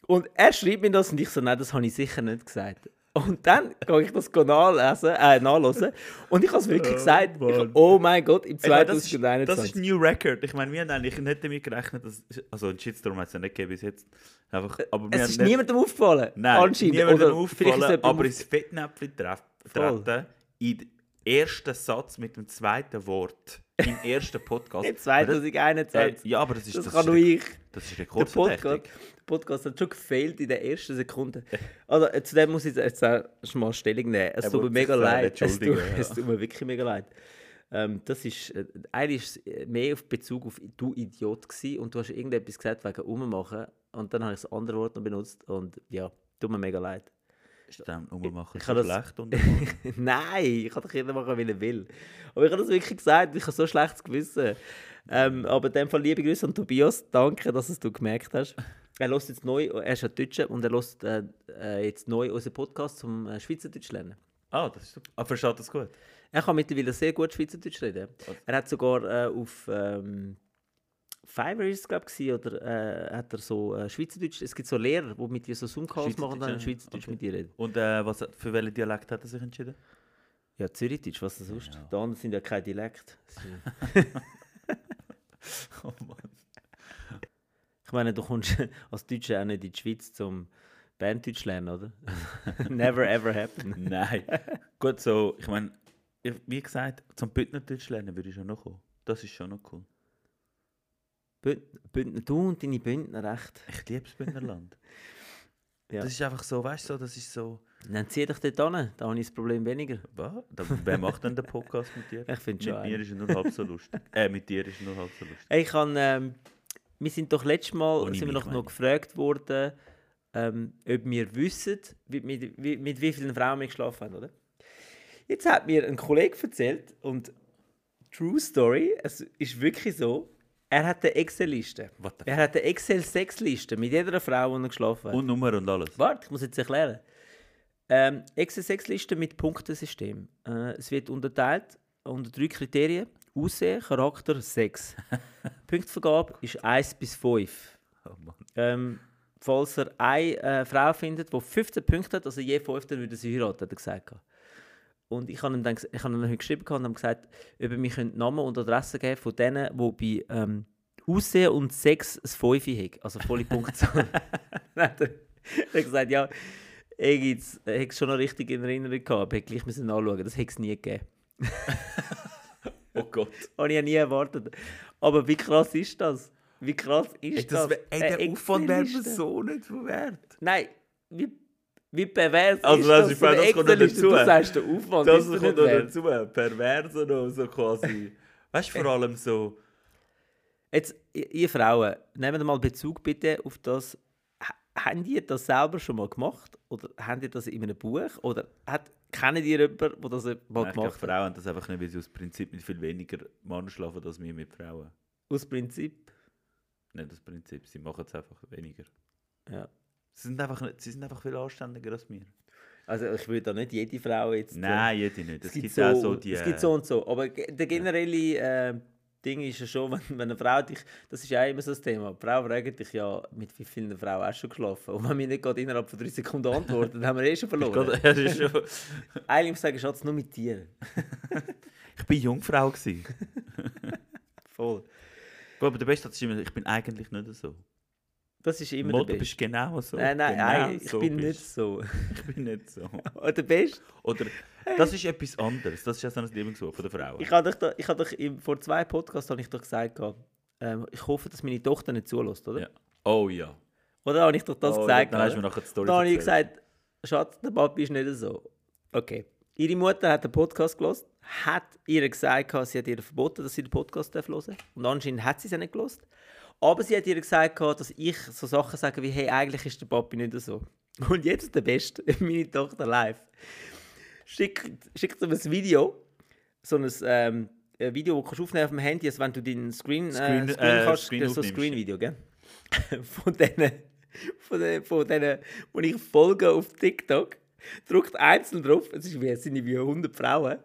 S1: Und er schreibt mir das und ich so, nein, das habe ich sicher nicht gesagt. Und dann gehe ich das nachlesen, äh, nachlesen und ich habe es wirklich
S2: Oh,
S1: gesagt. Ich,
S2: Mann.
S1: oh mein Gott, im
S2: Ich meine, das, ist, das
S1: 2021.
S2: ist ein New Record. Ich meine, wir haben eigentlich nicht damit gerechnet, dass. Also, ein Shitstorm hat es ja nicht gegeben bis jetzt. Einfach, aber wir
S1: Äh, es
S2: haben
S1: ist
S2: nicht-
S1: niemandem aufgefallen.
S2: Nein,
S1: anscheinend.
S2: niemandem
S1: Oder vielleicht ist es
S2: auffallen,
S1: jemandem
S2: aber ins Fettnäpfchen tref-
S1: Voll.
S2: treten, in den ersten Satz mit dem zweiten Wort, im ersten Podcast.
S1: aufgefallen.
S2: Aber das-
S1: 2021.
S2: äh, ja, aber das ist,
S1: das,
S2: das ist
S1: kann nur
S2: Re-
S1: ich.
S2: Das ist
S1: Der Podcast,
S2: rekordverdächtig.
S1: der Podcast hat schon gefehlt in der ersten Sekunde. Also, äh, zu dem muss ich jetzt auch schon mal Stellung nehmen. Es
S2: Er
S1: tut mir
S2: wollte
S1: mega
S2: sich sehr
S1: leid. Es tut,
S2: entschuldigen, ja.
S1: es tut mir wirklich mega leid. Ähm, das ist, äh, eigentlich ist es äh, mehr auf Bezug auf «Du Idiot» gewesen, und du hast irgendetwas gesagt wegen «Ummachen» und dann habe ich das andere Wort noch benutzt und ja, tut mir mega leid.
S2: Ist dem Nummermachen
S1: Ich
S2: ich,
S1: kann
S2: so
S1: das-
S2: schlecht und
S1: Nein, ich kann doch jeder machen, wie er will. Aber ich habe das wirklich gesagt, ich habe so schlechtes Gewissen. Ähm, aber in dem Fall liebe Grüße an Tobias, danke, dass es du gemerkt hast. Er lässt jetzt neu, er ist ja Deutscher und er lässt äh, äh, jetzt neu unseren Podcast zum äh, Schweizerdeutsch lernen.
S2: Ah, das ist super. Ah, versteht das gut?
S1: Er kann mittlerweile sehr gut Schweizerdeutsch reden. Er hat sogar äh, auf ähm, Fiverr ist es, glaube ich, oder äh, hat er so äh, Schweizerdeutsch. Es gibt so Lehrer, die mit dir so Zoom-Calls machen und dann
S2: Schweizerdeutsch,
S1: Schweizerdeutsch
S2: ja. Okay.
S1: mit dir reden.
S2: Und äh, was, für welchen Dialekt hat er sich entschieden?
S1: Ja, Zürichdeutsch, was denn sonst?
S2: Ja.
S1: Die anderen sind ja kein Dialekt. Das sind-
S2: Oh Mann.
S1: Ich meine, du kommst als Deutscher auch nicht in die Schweiz zum Banddeutsch lernen, oder? Never ever happen.
S2: Nein. gut, so, ich meine, ich- wie gesagt, zum Bündnerdeutsch lernen würde ich schon noch kommen. Das ist schon noch cool.
S1: Bünd, Bündner, du und deine Bündner, echt.
S2: Ich liebe das Bündnerland.
S1: Ja.
S2: Das ist einfach so, weißt du, so, das ist so.
S1: Dann zieh dich dort an, da habe ich das Problem weniger.
S2: Was? Da- Wer macht denn den Podcast mit dir?
S1: Ich finde schon
S2: Mit mir
S1: einen.
S2: ist er nur halb so lustig. Äh, mit dir ist er nur halb so lustig.
S1: Hey, ich kann, ähm, wir sind doch letztes Mal
S2: Ohne
S1: sind wir
S2: mich,
S1: noch,
S2: meine
S1: noch
S2: ich.
S1: gefragt worden, ähm, ob wir wissen, wie, mit, wie, mit wie vielen Frauen wir geschlafen haben, oder? Jetzt hat mir ein Kollege erzählt und True Story, es ist wirklich so, er hat eine Excel-Liste.
S2: What the
S1: Er hat eine Excel-6-Liste mit jeder Frau, die er geschlafen hat.
S2: Und Nummer und alles.
S1: Warte, ich muss jetzt erklären. Ähm, Excel-6-Liste mit Punktesystem. Äh, es wird unterteilt unter drei Kriterien. Aussehen, Charakter, Sex. Punktvergabe ist 1 bis 5.
S2: Oh Mann.
S1: Ähm, falls er eine äh, Frau findet, die 15 Punkte hat, also je 5, dann würde sie heiraten, hat er gesagt. Und ich habe ihm, dann, ges- ich habe ihm heute geschrieben und habe gesagt, ob er mir könnte Namen und Adressen geben von denen, die bei ähm, Aussehen und Sex ein 5 haben. Also volle Punktzahl. dann hat er er hat gesagt, ja, er gibt's- er hat es schon noch richtig in Erinnerung gehabt, aber er gleich müssen nachschauen, das hätte es nie gegeben.
S2: Oh Gott.
S1: Habe ich ja nie erwartet. Aber wie krass ist das? Wie krass ist
S2: Ey,
S1: das?
S2: das wär, ey, der
S1: Eine
S2: Aufwand wäre mir
S1: Excel-Liste.
S2: so nicht verwehrt.
S1: Nein, wie, wie pervers
S2: Also
S1: ist
S2: das
S1: das?
S2: ist
S1: So eine
S2: fair, das kommt noch
S1: Excel-Liste,
S2: dazu.
S1: Du sagst den Aufwand,
S2: Das
S1: ist doch
S2: kommt
S1: nicht
S2: noch
S1: wert.
S2: dazu. äh, Perverse noch so quasi. Weißt du, vor allem so.
S1: Jetzt, ihr ihr Frauen, nehmt mal Bezug bitte auf das. H- Habt ihr das selber schon mal gemacht? Oder habt ihr das in einem Buch? Oder hat, kennt ihr jemanden, der das mal
S2: Nein, ich glaube,
S1: gemacht hat?
S2: Frauen haben das einfach nicht, weil sie aus Prinzip mit viel weniger Mann schlafen als wir mit Frauen.
S1: Aus Prinzip.
S2: Nicht aus Prinzip, sie machen es einfach weniger.
S1: Ja.
S2: Sie sind einfach, nicht, sie sind einfach viel anständiger als wir.
S1: Also ich würde da nicht jede Frau jetzt... äh,
S2: Nein, jede nicht.
S1: es, gibt so,
S2: auch so die. äh,
S1: es gibt so und so. Aber ge- der generelle äh, Ding ist ja schon, wenn, wenn eine Frau dich... Das ist ja auch immer so das Thema. Die Frau fragt dich ja, mit wie vielen Frauen hast du schon geschlafen? Und wenn wir nicht gerade innerhalb von drei Sekunden antworten, dann haben wir eh schon verloren.
S2: Gerade- er ist schon-
S1: Eigentlich muss ich sagen, Schatz, nur mit dir.
S2: Ich bin Jungfrau. Gewesen.
S1: Voll.
S2: Gut, aber der Beste hat es immer, ich bin eigentlich nicht so.
S1: Das ist immer
S2: Mo,
S1: der Beste.
S2: du bist genau so.
S1: Nein, nein,
S2: genau
S1: nein, ich
S2: so
S1: bin
S2: bist.
S1: nicht so.
S2: Ich bin nicht so.
S1: Oh, der Beste?
S2: Oder das ist etwas anderes. Das ist ja so ein Lieblingswort von der Frau.
S1: Ich habe doch, da- ich habe doch im, vor zwei Podcasts habe ich doch gesagt, gehabt, ähm, ich hoffe, dass meine Tochter nicht zulässt, oder?
S2: Ja. Oh ja.
S1: Oder habe ich doch das
S2: oh,
S1: gesagt?
S2: Dann hast du mir
S1: oder?
S2: nachher die Story
S1: Dann habe ich
S2: erzählt.
S1: gesagt, Schatz, der Papi ist nicht so. Okay. Ihre Mutter hat den Podcast gelesen, hat ihr gesagt, gehabt, sie hat ihr verboten, dass sie den Podcast darf hören Und anscheinend hat sie es ja nicht gelesen. Aber sie hat ihr gesagt, gehabt, dass ich so Sachen sage wie, hey, eigentlich ist der Papi nicht so. Und jetzt der Beste, meine Tochter live, schickt, schickt mir ein Video, so ein ähm, ein Video, das du aufnehmen auf dem Handy, also wenn du deinen Screen,
S2: Screen-
S1: äh, Screen
S2: äh,
S1: kannst,
S2: Screen
S1: so ein
S2: aufnimmst.
S1: Screen-Video, gell? von denen, von denen, von denen, wo ich folge auf TikTok, drückt einzeln drauf, es ist wie, es sind wie 100 Frauen,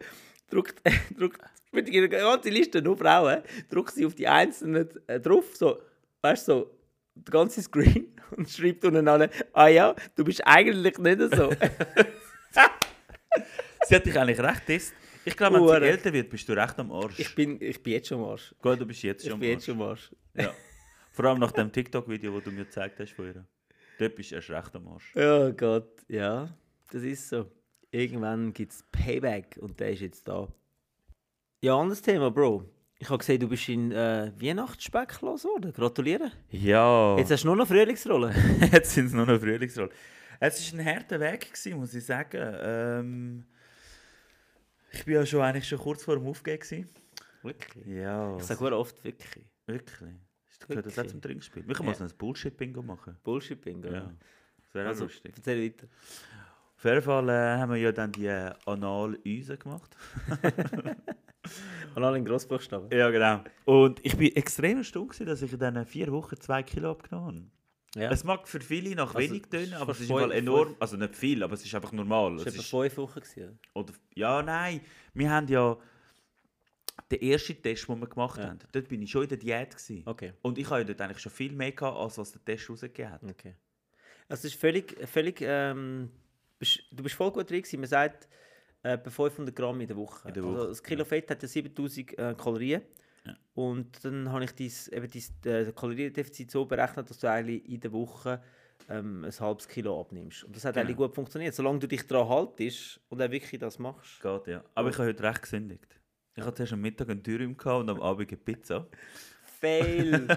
S1: drückt, drückt mit ihrer ganzen Liste nur Frauen, drückt sie auf die einzelnen äh, drauf, so, weißt du, so, den ganzen Screen und schreibt unten alle, ah ja, du bist eigentlich nicht so.
S2: Sie hat dich eigentlich recht ist. Ich glaube, wenn
S1: Hure.
S2: sie älter wird, bist du recht am Arsch.
S1: ich, bin, ich bin jetzt schon am Arsch.
S2: Gut, du bist jetzt
S1: Ich
S2: schon
S1: bin
S2: am Arsch.
S1: jetzt schon am Arsch.
S2: Ja. Vor allem nach dem TikTok-Video, das du mir gezeigt hast von ihr. Dort bist du erst recht am Arsch.
S1: Oh Gott, ja, das ist so. Irgendwann gibt es Payback und der ist jetzt da. Ja, anderes Thema, Bro. Ich habe gesehen, du bist in äh, Weihnachtsspeck worden. Gratuliere.
S2: Ja.
S1: Jetzt hast du nur noch Frühlingsrolle.
S2: Jetzt sind es nur noch Frühlingsrolle. Es war ein harter Weg, gewesen, muss ich sagen. Ähm, ich bin ja schon, eigentlich schon kurz vor dem Aufgehen. Gewesen.
S1: Wirklich?
S2: Ja,
S1: Ich sage sehr oft wirklich.
S2: wirklich. Ist das gehört das auch
S1: Wirklich?
S2: zum Trinkspiel? Wir können mal
S1: Ja.
S2: so ein Bullshit-Bingo machen.
S1: Bullshit Bingo.
S2: Ja.
S1: Ja.
S2: Das wäre auch
S1: Also,
S2: lustig.
S1: erzähl weiter.
S2: Auf jeden Fall äh, haben wir ja dann die äh, Anal-Üse gemacht.
S1: Und alle in Grossbuchstaben.
S2: Ja, genau. Und ich bin extrem erstaunt, gewesen, dass ich in diesen vier Wochen zwei Kilo abgenommen
S1: Ja.
S2: habe. Es mag für viele nach
S1: Also,
S2: wenig
S1: es
S2: tönen,
S1: ist
S2: aber es
S1: fast
S2: ist im Fall
S1: voll-
S2: enorm. Also nicht viel, aber es ist einfach normal.
S1: Das
S2: Es
S1: war etwa
S2: ist,
S1: fünf Wochen. Gewesen.
S2: oder, ja, nein. Wir haben ja den ersten Test, den wir gemacht
S1: Ja.
S2: haben. Dort bin ich schon in der Diät. Gewesen.
S1: Okay.
S2: Und ich habe ja dort eigentlich schon viel mehr gehabt, als was der Test rausgegeben hat.
S1: Okay. Also es ist völlig, völlig ähm, bist, du bist voll gut drin gewesen. Man sagt, äh, bei 500 Gramm in der Woche.
S2: In der Woche,
S1: also das Kilo Fett hat ja 7000 äh, Kalorien.
S2: Ja.
S1: Und dann habe ich dies, eben dies, äh, Kaloriendefizit so berechnet, dass du eigentlich in der Woche ähm, ein halbes Kilo abnimmst. Und das hat eigentlich
S2: Genau.
S1: gut funktioniert. Solange du dich daran haltest und auch wirklich das machst.
S2: Geht, ja. Aber ich habe heute recht gesündigt. Ich hatte erst am Mittag einen Dürüm gehabt
S1: Äh.
S2: und am Abend eine Pizza.
S1: Fail!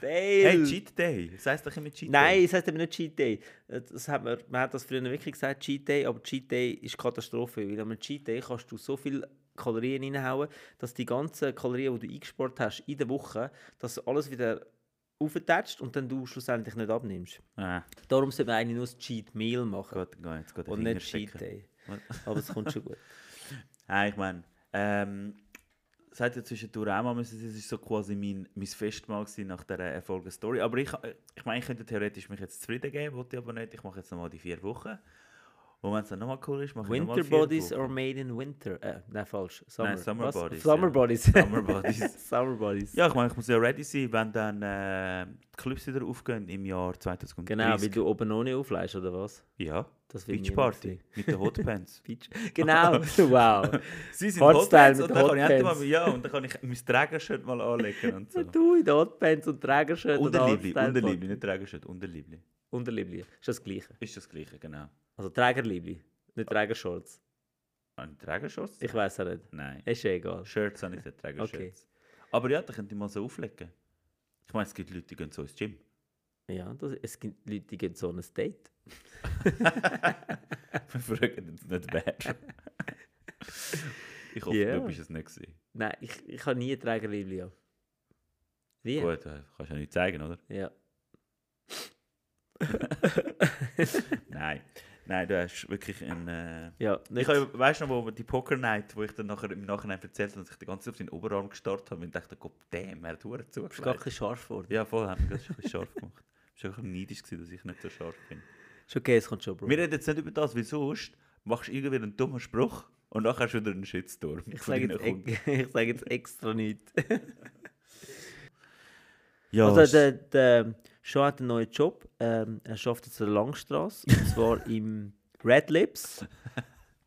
S2: Hey,
S1: Fail!
S2: Cheat Day! Das heisst doch immer Cheat
S1: Äh. Nein,
S2: Day.
S1: es heißt eben nicht Cheat Day. Äh, Das hat man, man hat das früher wirklich gesagt, Cheat Day, aber Cheat Day ist Katastrophe, weil am Cheat Day kannst du so viel Kalorien reinhauen, dass die ganzen Kalorien, die du eingespart hast in der Woche, dass alles wieder auftatscht und dann du schlussendlich nicht abnimmst.
S2: Nein.
S1: Darum sollte man eigentlich nur ein Cheat Meal machen
S2: Ah, Gut, gut, jetzt geht der
S1: und nicht
S2: Finger stecken.
S1: Cheat Day.
S2: Was?
S1: Aber es kommt schon gut.
S2: Nein, ich meine, ähm, es hat ja zwischendurch auch mal müssen, es ist so quasi mein, mein Festmahl gewesen nach dieser Erfolgsstory. Aber ich, äh, ich meine, ich könnte theoretisch mich jetzt zufrieden geben, wollte ich aber nicht. Ich mache jetzt nochmal die vier Wochen. Und wenn es dann nochmal cool ist, mache ich nochmal
S1: Winter
S2: vier
S1: Bodies
S2: Wochen.
S1: are made in winter. Äh, nein, falsch. Summer,
S2: Nein, Summer
S1: Was?
S2: Bodies,
S1: Summer
S2: ja.
S1: Bodies.
S2: Summer Bodies.
S1: Summer Bodies.
S2: Ja, ich meine, ich muss ja ready sein, wenn dann äh, die Clubs wieder aufgehen im Jahr 2030.
S1: Genau, weil du oben noch nicht aufleihst, oder was?
S2: Ja,
S1: Das will
S2: Beach
S1: niemand
S2: Party mit den Hotpants.
S1: Peach. Genau, wow.
S2: Sie sind
S1: Hardstyle
S2: Hotpants
S1: mit
S2: und dann kann ich endlich
S1: Hotpants.
S2: mal, ja, und dann kann ich mein Trägershirt mal anlegen und so.
S1: Also Du in den Hotpants und Trägershirt
S2: Genau. Unterliebli,
S1: Hardstyle-
S2: Unterliebli, nicht Trägershirt, Unterliebli.
S1: Unterliebli. Ist das Gleiche.
S2: Ist das gleiche, genau.
S1: Also Trägerliebli, nicht Trägershorts.
S2: Ein Trägershorts?
S1: Ich weiß es nicht.
S2: Nein.
S1: Ist ja egal.
S2: Shirts habe ich nicht Trägershirts.
S1: Okay.
S2: Aber ja, da könnte ich mal so auflegen. Ich meine, es gibt Leute, die gehen so ins Gym.
S1: Ja, das, es gibt Leute, die gehen so ein Date.
S2: Wir fragen jetzt nicht wer. ich hoffe,
S1: Ja.
S2: du bist es nicht gewesen.
S1: Nein, ich, ich habe nie ein Trägerliebli an. Nie?
S2: Gut, äh, kannst du ja nicht zeigen, oder?
S1: Ja.
S2: Nein. Nein, du hast wirklich ein... Äh...
S1: Ja,
S2: Ich
S1: nicht.
S2: habe, weißt du noch, wo wir die Poker Night, wo ich dann nachher im Nachhinein erzählt habe, dass ich die ganze Zeit auf seinen Oberarm gestarrt habe und dachte, Gott, damn, er hat Huren
S1: ist gar
S2: zugeschlagen.
S1: kein scharf geworden.
S2: Ja, voll, haben wir das ein bisschen scharf gemacht. Ich war auch ein bisschen neidisch, gewesen, dass ich nicht so scharf bin.
S1: Ist okay, es kommt schon, Bro.
S2: Wir reden jetzt nicht über das, weil sonst machst du irgendwie einen dummen Spruch und nachher hast du wieder einen Shitstorm.
S1: ich
S2: von
S1: sage
S2: deinen
S1: jetzt,
S2: Kunden.
S1: ex- ich sage jetzt extra nichts.
S2: Ja,
S1: Also
S2: es-
S1: der, der Sean hat einen neuen Job. Ähm, er arbeitet jetzt an der Langstrasse. und zwar im Red Lips.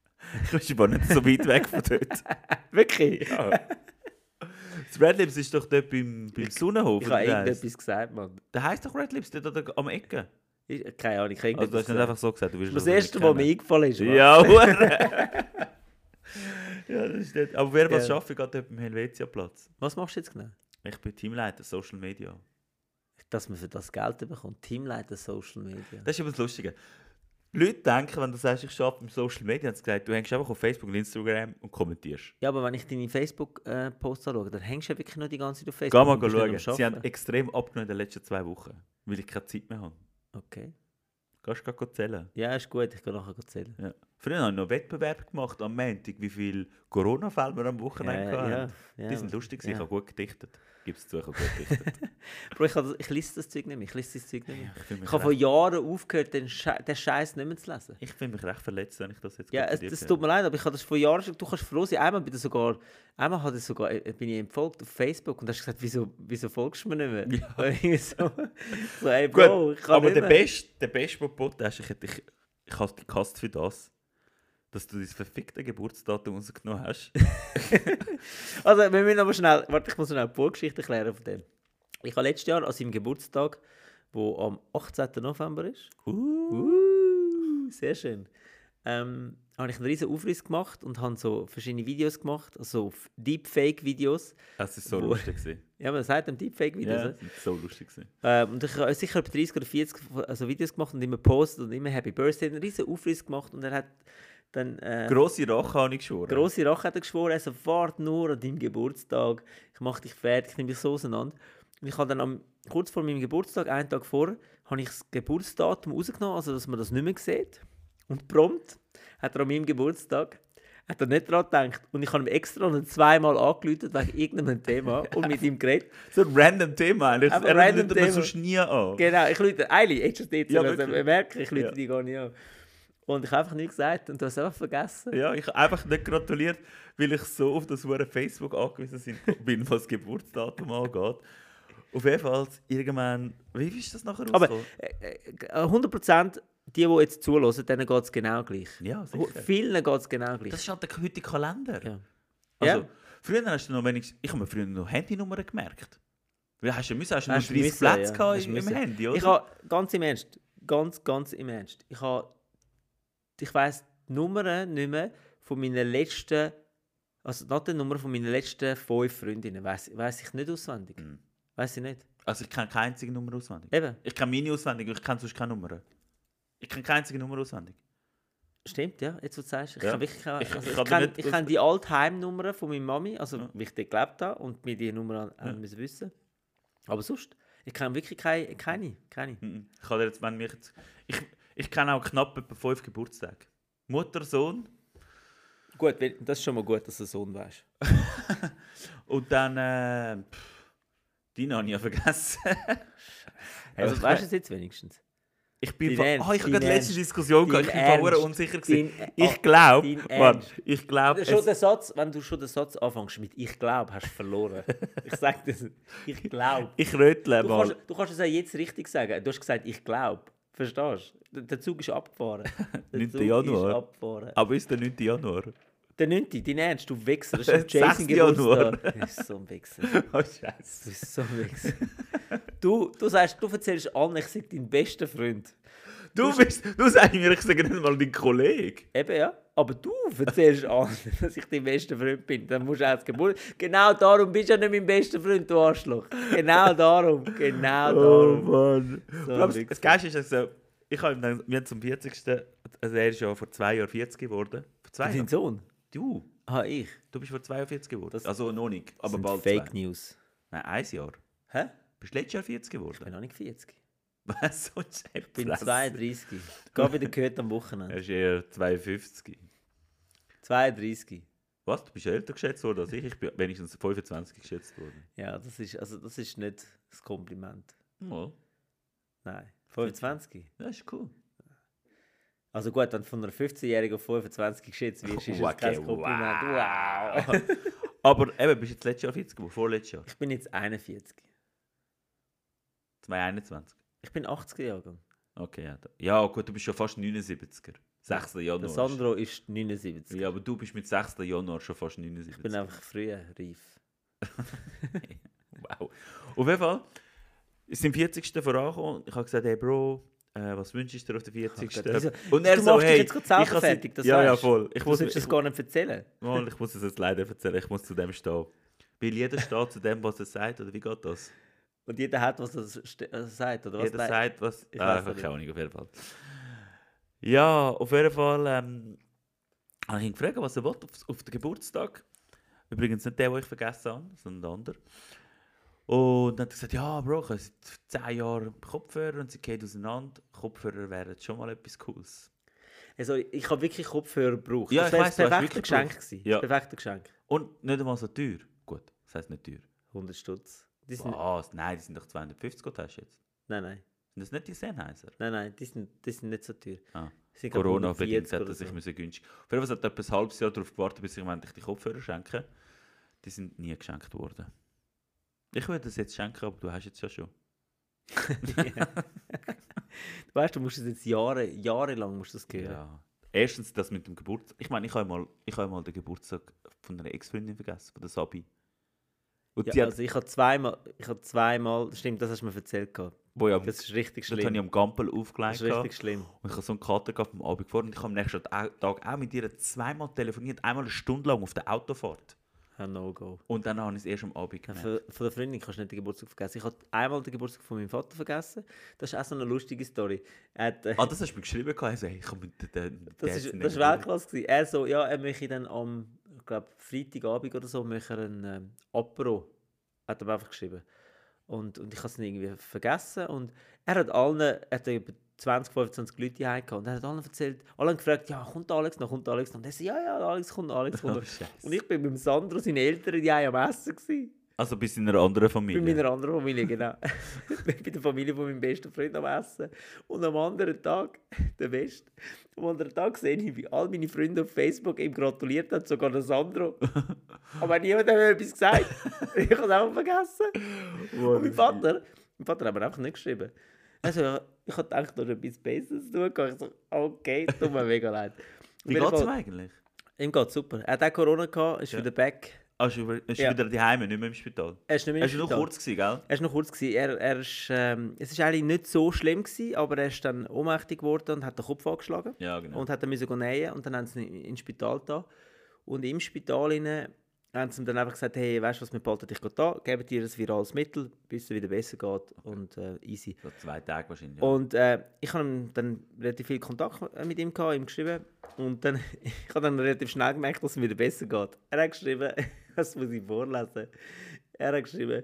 S2: ich bin aber nicht so weit weg von dort.
S1: Wirklich?
S2: Ja. Ah. Das Red Lips ist doch dort beim, beim Sonnenhof.
S1: Ich
S2: oder
S1: habe
S2: wie der heisst?
S1: irgendetwas gesagt, Mann.
S2: Der heisst doch Red Lips, der da am Ecke.
S1: Ich, keine Ahnung, ich habe
S2: Also, du
S1: irgendetwas
S2: hast nicht
S1: gesagt.
S2: einfach so gesagt. Du wirst
S1: Das
S2: das
S1: erste,
S2: nicht
S1: was mir
S2: kennen.
S1: eingefallen ist. Mann.
S2: Ja, Hure. Ja, das ist dort. Aber wer was
S1: Ja.
S2: schafft, geht dort am Helvetia-Platz.
S1: Was machst du jetzt genau?
S2: Ich bin Teamleiter, Social Media.
S1: Dass man für das Geld bekommt. Teamleiter Social Media.
S2: Das ist eben das Lustige. Leute denken, wenn du sagst, ich arbeite im Social Media, haben sie gesagt, du hängst einfach auf Facebook und Instagram und kommentierst.
S1: Ja, aber wenn ich deine Facebook-Posts anschaue, dann hängst du ja wirklich nur die ganze Zeit auf Facebook.
S2: Geh mal
S1: Du bist
S2: schauen.
S1: nicht am
S2: Sie haben
S1: Arbeiten.
S2: extrem abgenommen in den letzten zwei Wochen, weil ich keine Zeit mehr habe.
S1: Okay.
S2: Kannst du gerade zählen.
S1: Ja, ist gut, ich kann nachher zählen.
S2: Ja. Früher habe ich noch Wettbewerb gemacht am Montag, wie viele Corona-Fälle wir am
S1: Ja,
S2: Wochenende
S1: ja,
S2: hatten.
S1: ja,
S2: Die sind lustig,
S1: ja.
S2: ich habe gut gedichtet. Gib's zu, ich habe gut gedichtet.
S1: Bro, ich, kann das, ich lese das Zeug nicht mehr. Ich lese das Zeug nicht mehr.
S2: ich fühle
S1: Ich
S2: mich,
S1: habe vor
S2: recht-
S1: Jahren aufgehört, den, Sche den Scheiß nicht mehr zu lesen.
S2: ich fühle mich recht verletzt, wenn ich das jetzt
S1: Ja,
S2: gerade
S1: es,
S2: zu dir
S1: es
S2: höre.
S1: tut mir leid, aber ich habe das vor Jahren schon. Du kannst froh sein. Einmal bin ich sogar, einmal hat es sogar, äh, bin ich ihm gefolgt auf Facebook und hast gesagt, wieso, wieso folgst du mir nicht mehr? Und ich so, so, ey,
S2: Gut,
S1: Bro, ich kann
S2: aber
S1: nicht
S2: der
S1: mehr.
S2: beste, der beste, was du geboten hast, ich hätte dich, ich habe dich gehasst für das, dass du dein verfickte Geburtsdatum rausgenommen hast.
S1: Also, wir müssen aber schnell. Warte, ich muss schnell die Vorgeschichte erklären von dem. Ich habe letztes Jahr an seinem Geburtstag, wo am 18. November ist, uh, sehr schön, ähm, habe ich einen riesen Aufriss gemacht und habe so verschiedene Videos gemacht, also f- Deepfake-Videos.
S2: Es war so
S1: Wo-
S2: lustig. gewesen.
S1: Ja, man sagt dem Deepfake-Videos.
S2: Ja,
S1: ne?
S2: es war so lustig. gewesen.
S1: Ähm, und ich habe sicher etwa 30 oder 40 von- also Videos gemacht und immer postet und immer Happy Birthday, einen riesen Aufriss gemacht und er hat dann. äh,
S2: Grosse Rache habe ich geschworen.
S1: Grosse Rache hat er geschworen, also warte nur an deinem Geburtstag, ich mache dich fertig, ich nehme dich so auseinander. Und ich habe dann am, kurz vor meinem Geburtstag, einen Tag vor, habe ich das Geburtsdatum rausgenommen, also dass man das nicht mehr sieht. Und prompt hat er an meinem Geburtstag hat er nicht daran gedacht. Und ich habe ihm extra noch zweimal angeläutet wegen irgendeinem Thema und mit ihm geredet.
S2: So ein random Thema eigentlich.
S1: Aber
S2: Er
S1: random
S2: random Thema.
S1: Thema.
S2: sonst nie an.
S1: Genau, ich läute, eigentlich, hättest du jetzt
S2: Ja,
S1: ja, also,
S2: wirklich.
S1: merken, ich läute
S2: Ja.
S1: die gar nicht an. Und ich habe einfach nichts gesagt und du hast es einfach vergessen.
S2: Ja, ich habe einfach nicht gratuliert, weil ich so auf das hure Facebook angewiesen sind- bin, was das Geburtsdatum angeht. Auf jeden Fall, irgendwann, wie ist das nachher
S1: Aber
S2: rausgekommen?
S1: äh, äh, 100% die, die jetzt zulassen, denen geht es genau gleich.
S2: Ja,
S1: Hu-
S2: sicher.
S1: Vielen geht es genau gleich.
S2: Das ist halt der heutige Kalender.
S1: Ja.
S2: Also,
S1: Ja.
S2: früher hast du noch wenigstens, ich habe mir früher noch Handynummern gemerkt. Weil hast du müssen, hast du
S1: Hast
S2: hast
S1: du
S2: nur 30
S1: müssen,
S2: Plätze
S1: ja.
S2: gehabt
S1: Hast du
S2: im
S1: müssen.
S2: Handy, oder?
S1: ich habe, ganz im Ernst, ganz, ganz im Ernst, ich habe, ich weiss die Nummern nicht mehr von meinen letzten, also nicht die Nummer von meinen letzten fünf Freundinnen, weiss, weiss ich nicht auswendig.
S2: Mhm.
S1: Weiss ich nicht.
S2: also ich kenne keine einzige Nummer auswendig.
S1: Eben,
S2: Ich kenne meine auswendig, ich kenne sonst keine Nummern. Ich kenne keine einzige Nummer auswendig.
S1: stimmt, ja, jetzt wo du sagst, ich
S2: Ja.
S1: kann wirklich keine,
S2: Ich-
S1: also ich,
S2: ich kann dir
S1: kenn-
S2: nicht
S1: ich
S2: aus-
S1: kenne die Altheim-Nummern von meiner Mami, also
S2: Ja.
S1: wie ich dort gelebt habe und mir die Nummern
S2: Ja.
S1: ja. müssen wissen. Aber sonst, ich kenne wirklich keine, keine, keine.
S2: Mhm. Ich, kann dir jetzt, wenn mich jetzt, ich, ich kenne auch knapp etwa fünf Geburtstage. Mutter, Sohn
S1: Gut, weil- das ist schon mal gut, dass du Sohn weißt.
S2: und dann. Äh, pff, deine habe ich ja vergessen.
S1: Also weißt du es jetzt wenigstens?
S2: Ich bin
S1: Dein
S2: von,
S1: Ernst,
S2: Ah, ich habe
S1: dein
S2: gerade letzte
S1: Ernst,
S2: Diskussion gehabt. Ich
S1: dein
S2: bin vorher
S1: Ernst,
S2: unsicher gewesen.
S1: dein- ah,
S2: Ich glaube,
S1: dein
S2: Mann,
S1: Ernst.
S2: ich glaube,
S1: Schon
S2: es-
S1: den Satz, wenn du schon den Satz anfängst mit «Ich glaube», hast du verloren. ich sag das. Ich glaube.
S2: ich rötle
S1: Du
S2: mal.
S1: kannst, du kannst es ja jetzt richtig sagen. Du hast gesagt «Ich glaube». Verstehst du? Der- Der Zug ist abgefahren. Der
S2: 9.
S1: Zug
S2: Januar.
S1: ist abgefahren.
S2: Aber ist der 9. Januar?
S1: Der 9. Dein Ernst, du Wichser. Das ist
S2: 6.
S1: Jason Geburtstag. Du bist so ein Wichser.
S2: Oh, Scheiße.
S1: Du bist so ein Wichser. Du, du sagst, du erzählst allen, ich sei dein bester Freund.
S2: Du, bist, du sagst mir, ich sage nicht mal dein Kollege.
S1: Eben, ja. Aber du erzählst an, dass ich dein bester Freund bin. Dann musst du auch das Geburt. Genau darum bist du ja nicht mein bester Freund, du Arschloch. Genau darum.
S2: Ah,
S1: Genau darum.
S2: Oh, Mann.
S1: So
S2: Glaubst,
S1: ein
S2: das Geilste ist, also, ich habe ihm dann, wir haben zum 40. Also er ist ja vor zwei Jahren 40 geworden. Vor zwei
S1: Dein
S2: Jahren?
S1: Sohn?
S2: Du,
S1: Ah, ich.
S2: du bist vor 42 geworden.
S1: Das-
S2: also noch nicht, aber
S1: sind
S2: bald.
S1: Fake
S2: zwei.
S1: News.
S2: Nein, ein Jahr.
S1: Hä?
S2: Bist letztes Jahr 40
S1: Ich bin
S2: geworden?
S1: noch nicht 40.
S2: Was? So ein
S1: Ich bin 32. Geh wieder gehört am
S2: Er
S1: Wochenende.
S2: ist eher 52.
S1: 32.
S2: Was? Du bist älter geschätzt worden als ich? Ich bin wenigstens 25 geschätzt worden.
S1: Ja, das ist, also das ist nicht das Kompliment.
S2: Ja,
S1: Nein. 25?
S2: das ist cool.
S1: Also gut, wenn du von einer 15-Jährigen auf 25 geschätzt wirst, ist das kein
S2: Okay,
S1: Kompliment.
S2: wow.
S1: oh, wow.
S2: Aber eben, bist du jetzt letztes Jahr 40 geworden? Vorletztes Jahr?
S1: Ich bin jetzt 41.
S2: 2021?
S1: Ich bin 80er Jahrgang.
S2: Okay, ja. da- Ja, gut, du bist schon fast 79er. 6.
S1: Der
S2: Januar.
S1: Sandro ist 79.
S2: Ja, aber du bist mit 6. Januar schon fast
S1: Ich bin
S2: 79.
S1: einfach früher reif.
S2: wow. Auf jeden Fall, es sind 40. vorangekommen und ich habe gesagt, hey Bro, äh, was wünschst du dir auf den 40.
S1: Ich hab grad-
S2: und
S1: Du machst dich jetzt gerade selber
S2: ich kann's
S1: fertig,
S2: nicht-
S1: das
S2: Ja, ja,
S1: weisst.
S2: voll. Ich
S1: Du
S2: muss,
S1: sollst
S2: ich,
S1: es gar nicht erzählen.
S2: mal, ich muss es jetzt leider erzählen, ich muss zu dem stehen. Weil jeder steht zu dem, was er sagt, oder wie geht das?
S1: Und jeder hat, was er st- äh, sagt, oder was?
S2: Jeder
S1: Nein.
S2: sagt, was.
S1: Ich
S2: ah,
S1: weiss
S2: keine
S1: nicht.
S2: Ahnung, auf jeden Fall. Ja, auf jeden Fall ähm, habe ich ihn gefragt, was er will auf, auf den Geburtstag. Übrigens nicht der, den ich vergessen habe, sondern der andere. Und dann hat er gesagt, ja, Bro, ich habe seit 10 Jahren Kopfhörer und sie gehen auseinander. Kopfhörer wären schon mal etwas Cooles.
S1: Also, ich habe wirklich Kopfhörer gebraucht.
S2: Ja,
S1: das
S2: ich
S1: wäre das
S2: weiss, du hast
S1: perfekte
S2: wirklich
S1: Geschenk
S2: gebraucht.
S1: gewesen.
S2: Ja.
S1: Das perfekte Geschenk.
S2: Und nicht einmal so teuer. Gut, das heisst nicht teuer.
S1: 100 Stutz. Die sind,
S2: Was? Nein, die sind doch 250 Gott hast du jetzt.
S1: Nein, nein.
S2: Sind das nicht die Sennheiser?
S1: Nein, nein, die sind, die sind nicht so teuer.
S2: Ah.
S1: Die sind, glaub,
S2: Corona bedingt
S1: 140
S2: hat
S1: oder
S2: er sich
S1: so.
S2: müssen günstig. Für was hat er etwa ein halbes Jahr darauf gewartet, bis ich ihm endlich die Kopfhörer schenke. Die sind nie geschenkt worden. Ich würde das jetzt schenken, aber du hast jetzt ja schon.
S1: Du weißt, du musst es jetzt Jahre, jahrelang musst du das hören.
S2: Ja. Erstens das mit dem Geburtstag. Ich meine, ich habe mal, ich habe mal den Geburtstag von einer Ex-Freundin vergessen, von der Sabi. Und
S1: Ja,
S2: die hat,
S1: also ich habe zweimal, ich habe zweimal, stimmt, das hast du mir erzählt gehabt.
S2: wo ich am,
S1: Das ist richtig
S2: dort habe ich
S1: schlimm.
S2: am Gampel
S1: Das
S2: aufgelegt.
S1: ist richtig
S2: gehabt.
S1: schlimm.
S2: Und ich habe so einen Kater gehabt vom Abend vor und ich habe am nächsten Tag auch mit ihr zweimal telefoniert, einmal eine Stunde lang auf der Autofahrt.
S1: Ja, no go.
S2: Und dann habe ich es erst am Abend gemerkt.
S1: Von, von der Freundin kannst du nicht den Geburtstag vergessen. Ich habe einmal den Geburtstag von meinem Vater vergessen. Das ist auch so eine lustige Story. Er hat, äh,
S2: Ah, das hast du mir geschrieben, gehabt. also, hey, ich komme mit den
S1: das ist, das ist Weltklasse. Gewesen. Er so, ja, er möchte dann am, ich glaube, Freitagabend oder so, möchte er einen ähm, Apero. Hat er mir einfach geschrieben. Und, und ich habe es dann irgendwie vergessen. Und er hat allen, er hat über 20, 25 Leute hier gehabt. Und er hat allen erzählt, alle haben gefragt, ja, kommt Alex noch, kommt Alex noch? Und er so, ja, ja, Alex kommt, Alex
S2: Oh,
S1: kommt. noch. und ich bin beim Sandro, seinen Eltern, die am Essen gewesen.
S2: Also bist du in einer anderen Familie.
S1: Bei meiner anderen Familie, genau. Bei der Familie von meinem besten Freund am Essen. Und am anderen Tag, der Beste, am anderen Tag sehe ich, wie all meine Freunde auf Facebook ihm gratuliert haben, sogar der Sandro. Aber niemand hat mir etwas gesagt. ich habe es auch vergessen. Und mein Vater, mein Vater hat mir einfach nicht geschrieben. Also, ja, ich habe gedacht, du hast etwas Besseres zu tun. gehabt. Ich so, okay, tut mir mega leid.
S2: Wie
S1: Auf jeden
S2: geht es ihm
S1: Fall-
S2: eigentlich?
S1: Ihm geht super. Er hat auch Corona gehabt, ist wieder back.
S2: Ah, du wieder
S1: Ja.
S2: die Heime, nicht mehr im Spital.
S1: Er ist nicht mehr im
S2: Hast du noch
S1: Spital.
S2: kurz gewesen, gell?
S1: Er war noch kurz. Gewesen. Er, er ist, ähm, es war eigentlich nicht so schlimm, gewesen, aber er ist dann ohnmächtig geworden und hat den Kopf angeschlagen.
S2: Ja, genau.
S1: Und hat dann müssen gehen nähen und dann haben sie ihn ins Spital da. Und im Spital hinein haben sie ihm dann einfach gesagt, hey, weißt du was, wir behalten dich gerade da, geben dir ein virales Mittel, bis es wieder besser geht und äh, easy.
S2: so zwei Tage wahrscheinlich.
S1: Und äh, ich habe dann relativ viel Kontakt mit ihm gehabt, ihm geschrieben. Und dann, ich habe dann relativ schnell gemerkt, dass es wieder besser geht. Er hat geschrieben, das muss ich vorlesen. Er hat geschrieben,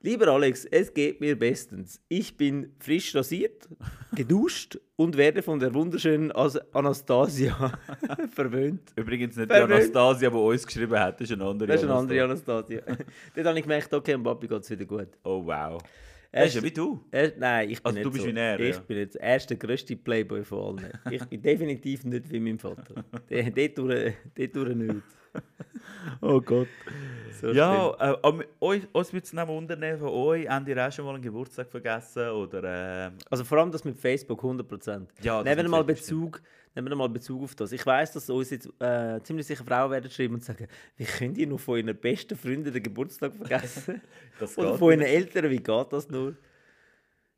S1: Lieber Alex, es geht mir bestens. Ich bin frisch rasiert, geduscht und werde von der wunderschönen As Anastasia verwöhnt.
S2: Übrigens nicht die
S1: Verrückt.
S2: Anastasia, die uns geschrieben hat, das ist eine andere.
S1: Das ist eine andere
S2: Anastasia.
S1: Anastasia. Dort habe ich gemerkt, okay, dem Papi geht es wieder gut.
S2: Oh wow.
S1: Er
S2: Er ist ja wie du.
S1: Er, Äh, nein, ich bin
S2: Also
S1: nicht
S2: du bist
S1: so.
S2: wie er,
S1: Ich
S2: ja.
S1: bin jetzt er ist der grösste Playboy von allen. Ich bin definitiv nicht wie mein Vater. Der- Dort durch- dort durch nicht.
S2: Oh Gott.
S1: So
S2: Ja, äh, am- euch, uns würde es noch wundern von euch, habt ihr auch schon mal einen Geburtstag vergessen? Oder, ähm,
S1: Also vor allem das mit Facebook 100%.
S2: Ja,
S1: nehmen wir
S2: das mit
S1: mal
S2: Facebook stimmt.
S1: Bezug, nehmen wir mal Bezug auf das. Ich weiß, dass uns jetzt äh, ziemlich sicher Frauen werden schreiben und sagen, wie könnt ihr noch von euren besten Freunden den Geburtstag vergessen?
S2: das
S1: Oder
S2: geht
S1: von euren Eltern, wie geht das nur?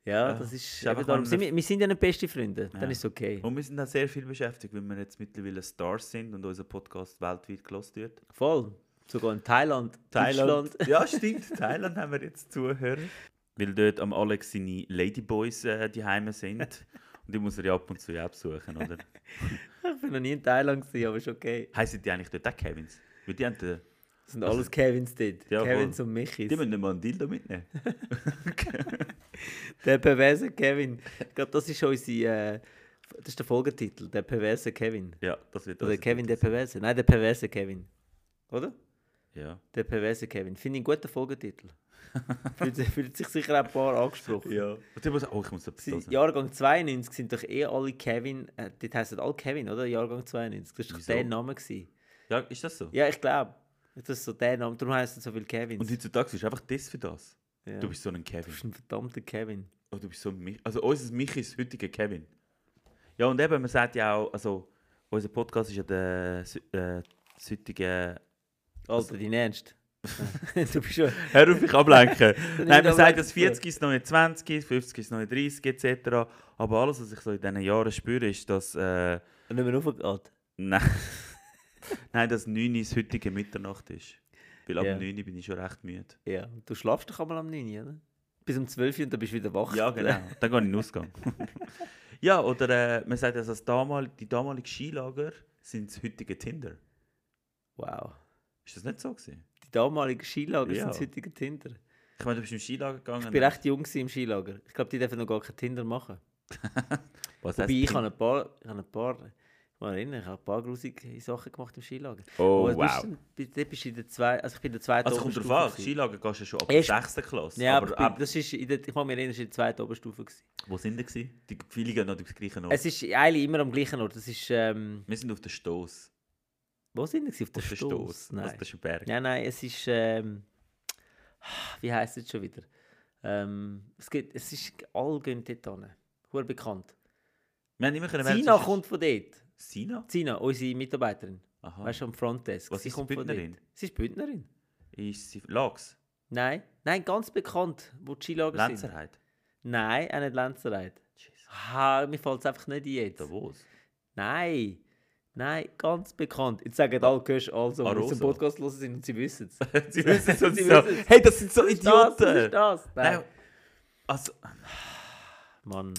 S1: Ja, das ist,
S2: ist
S1: eben
S2: einfach
S1: darum.
S2: mal
S1: Sind
S2: eine-
S1: wir, wir sind ja nicht beste Freunde,
S2: Ja.
S1: dann ist es okay.
S2: Und wir sind auch sehr viel beschäftigt, weil wir jetzt mittlerweile Stars sind und unser Podcast weltweit gelost wird.
S1: Voll. Sogar in Thailand, Deutschland.
S2: Ja, stimmt. Thailand haben wir jetzt Zuhörer. Weil dort am Alex seine Ladyboys äh, die Heime sind. Und die muss er ja ab und zu ja besuchen, oder?
S1: Ich bin noch nie in Thailand, gewesen, aber ist okay.
S2: Heißen die eigentlich dort auch Kevins? Weil die, haben den,
S1: Das sind alles Kevins dort.
S2: Ja,
S1: Kevins
S2: voll.
S1: und
S2: die
S1: Michis.
S2: müssen nicht mal einen Dildo mitnehmen.
S1: Der perverse Kevin. Ich glaube, das ist unsere. Äh, das ist der Folgetitel. Der perverse Kevin.
S2: Ja, das wird also
S1: Oder
S2: unser
S1: Kevin der
S2: Titel
S1: perverse. Nein, der perverse Kevin. Oder?
S2: sein. Ja.
S1: Der perverse Kevin. Finde ich einen guten Folgetitel. fühlt, sich- fühlt sich sicher auch ein paar angesprochen.
S2: ja. Und die muss, oh, ich muss etwas
S1: Sie,
S2: hören.
S1: Jahrgang 92 sind doch eh alle Kevin. Äh, dort heißen alle Kevin, oder? Jahrgang 92. Das war doch
S2: Wieso?
S1: der Name. Gewesen.
S2: Ja, ist das so?
S1: Ja, ich glaube. Das ist so der Name. Darum heißen so viele Kevins.
S2: Und heutzutage ist einfach das für das.
S1: ja.
S2: Du bist so ein Kevin.
S1: Du bist ein verdammter Kevin.
S2: Oh, du bist so ein Mich Also unser Michi ist heutiger Kevin. Ja, und eben, man sagt ja auch, also unser Podcast ist ja der sü- äh, das äh, heutige...
S1: Alter, dein Ernst? du bist schon.
S2: Hör auf mich ablenken.
S1: Dann
S2: Nein,
S1: nimm
S2: man
S1: doch
S2: sagt,
S1: weg.
S2: dass 40 ist neue 20, ist, 50 ist neue 30 etc. Aber alles, was ich so in diesen Jahren spüre, ist, dass... Äh,
S1: Und nicht mehr raufgeht.
S2: nein. nein, dass 9 Uhr das heutige Mitternacht ist. Weil ab
S1: Ja.
S2: 9 Uhr bin ich schon recht müde.
S1: Ja. Du schlafst doch einmal am 9, Uhr, oder? Bis um 12 Uhr und dann bist du wieder wach.
S2: Ja, genau. Dann gehe ich in den Ausgang. ja, oder äh, man sagt, dass das damal, die damaligen Skilager sind das heutige Tinder.
S1: Wow.
S2: Ist das nicht so gewesen?
S1: Die damaligen Skilager
S2: Ja.
S1: sind das heutige Tinder.
S2: Ich meine, du bist im Skilager gegangen.
S1: Ich war recht jung gewesen im Skilager. Ich glaube, die dürfen noch gar kein Tinder machen.
S2: Was
S1: Wobei,
S2: heißt
S1: ich
S2: Tin-
S1: habe ein paar, ich habe ein paar, ich muss mich erinnern, ich habe ein paar grusige Sachen gemacht im Skilager.
S2: Oh,
S1: Aber Bist,
S2: wow.
S1: du- bist, dort bist du in der zwei, also ich bin in der zweiten
S2: Also kommt drauf an,
S1: Oberstufe gewesen.
S2: Skilager gehst du ja schon ab
S1: Ja,
S2: der
S1: ist-
S2: 6. Klasse.
S1: Ja, aber
S2: aber
S1: ich bin-
S2: ab,
S1: das ist, in der, ich muss mich erinnern, das war in der zweiten Oberstufe. Gewesen.
S2: wo sind die gewesen? Die viele gehen noch den gleichen Ort.
S1: Es ist eigentlich immer am gleichen Ort. Das ist, ähm,
S2: Wir sind auf der Stoss.
S1: wo sind wir? gewesen? Auf der
S2: Auf der
S1: Stoss?
S2: Stoss. Also,
S1: Nein.
S2: das ist ein Berg.
S1: Ja, nein, es ist, ähm, wie heisst es schon wieder? Ähm, es, gibt, es ist, alle gehen dort hin. Sehr bekannt.
S2: Wir haben immer können wählen
S1: Sina
S2: zwischen-
S1: kommt von dort.
S2: Sina?
S1: Sina, unsere Mitarbeiterin.
S2: Aha.
S1: Weißt du, am Frontdesk.
S2: Ah. Was
S1: Sie
S2: ist sie,
S1: kommt von
S2: Bündnerin?
S1: dort. Sie ist Bündnerin.
S2: Ist sie Lachs?
S1: Nein, nein, ganz bekannt, wo die Skilager sind.
S2: Lenzerheit?
S1: Nein, auch nicht Lenzerheit.
S2: Jesus.
S1: Ha, mir fällt es einfach nicht ein jetzt.
S2: Davos?
S1: Nein, nein, ganz bekannt. Jetzt
S2: Ah.
S1: sagen alle, gehörst also, wenn sie
S2: Arosa.
S1: den Podcast hören sind und sie wissen es.
S2: sie wissen es und
S1: Sie
S2: so.
S1: wissen es.
S2: Hey, das sind so
S1: Das ist das, das ist
S2: Idioten!
S1: das. Nein,
S2: Nein, also,
S1: Mann.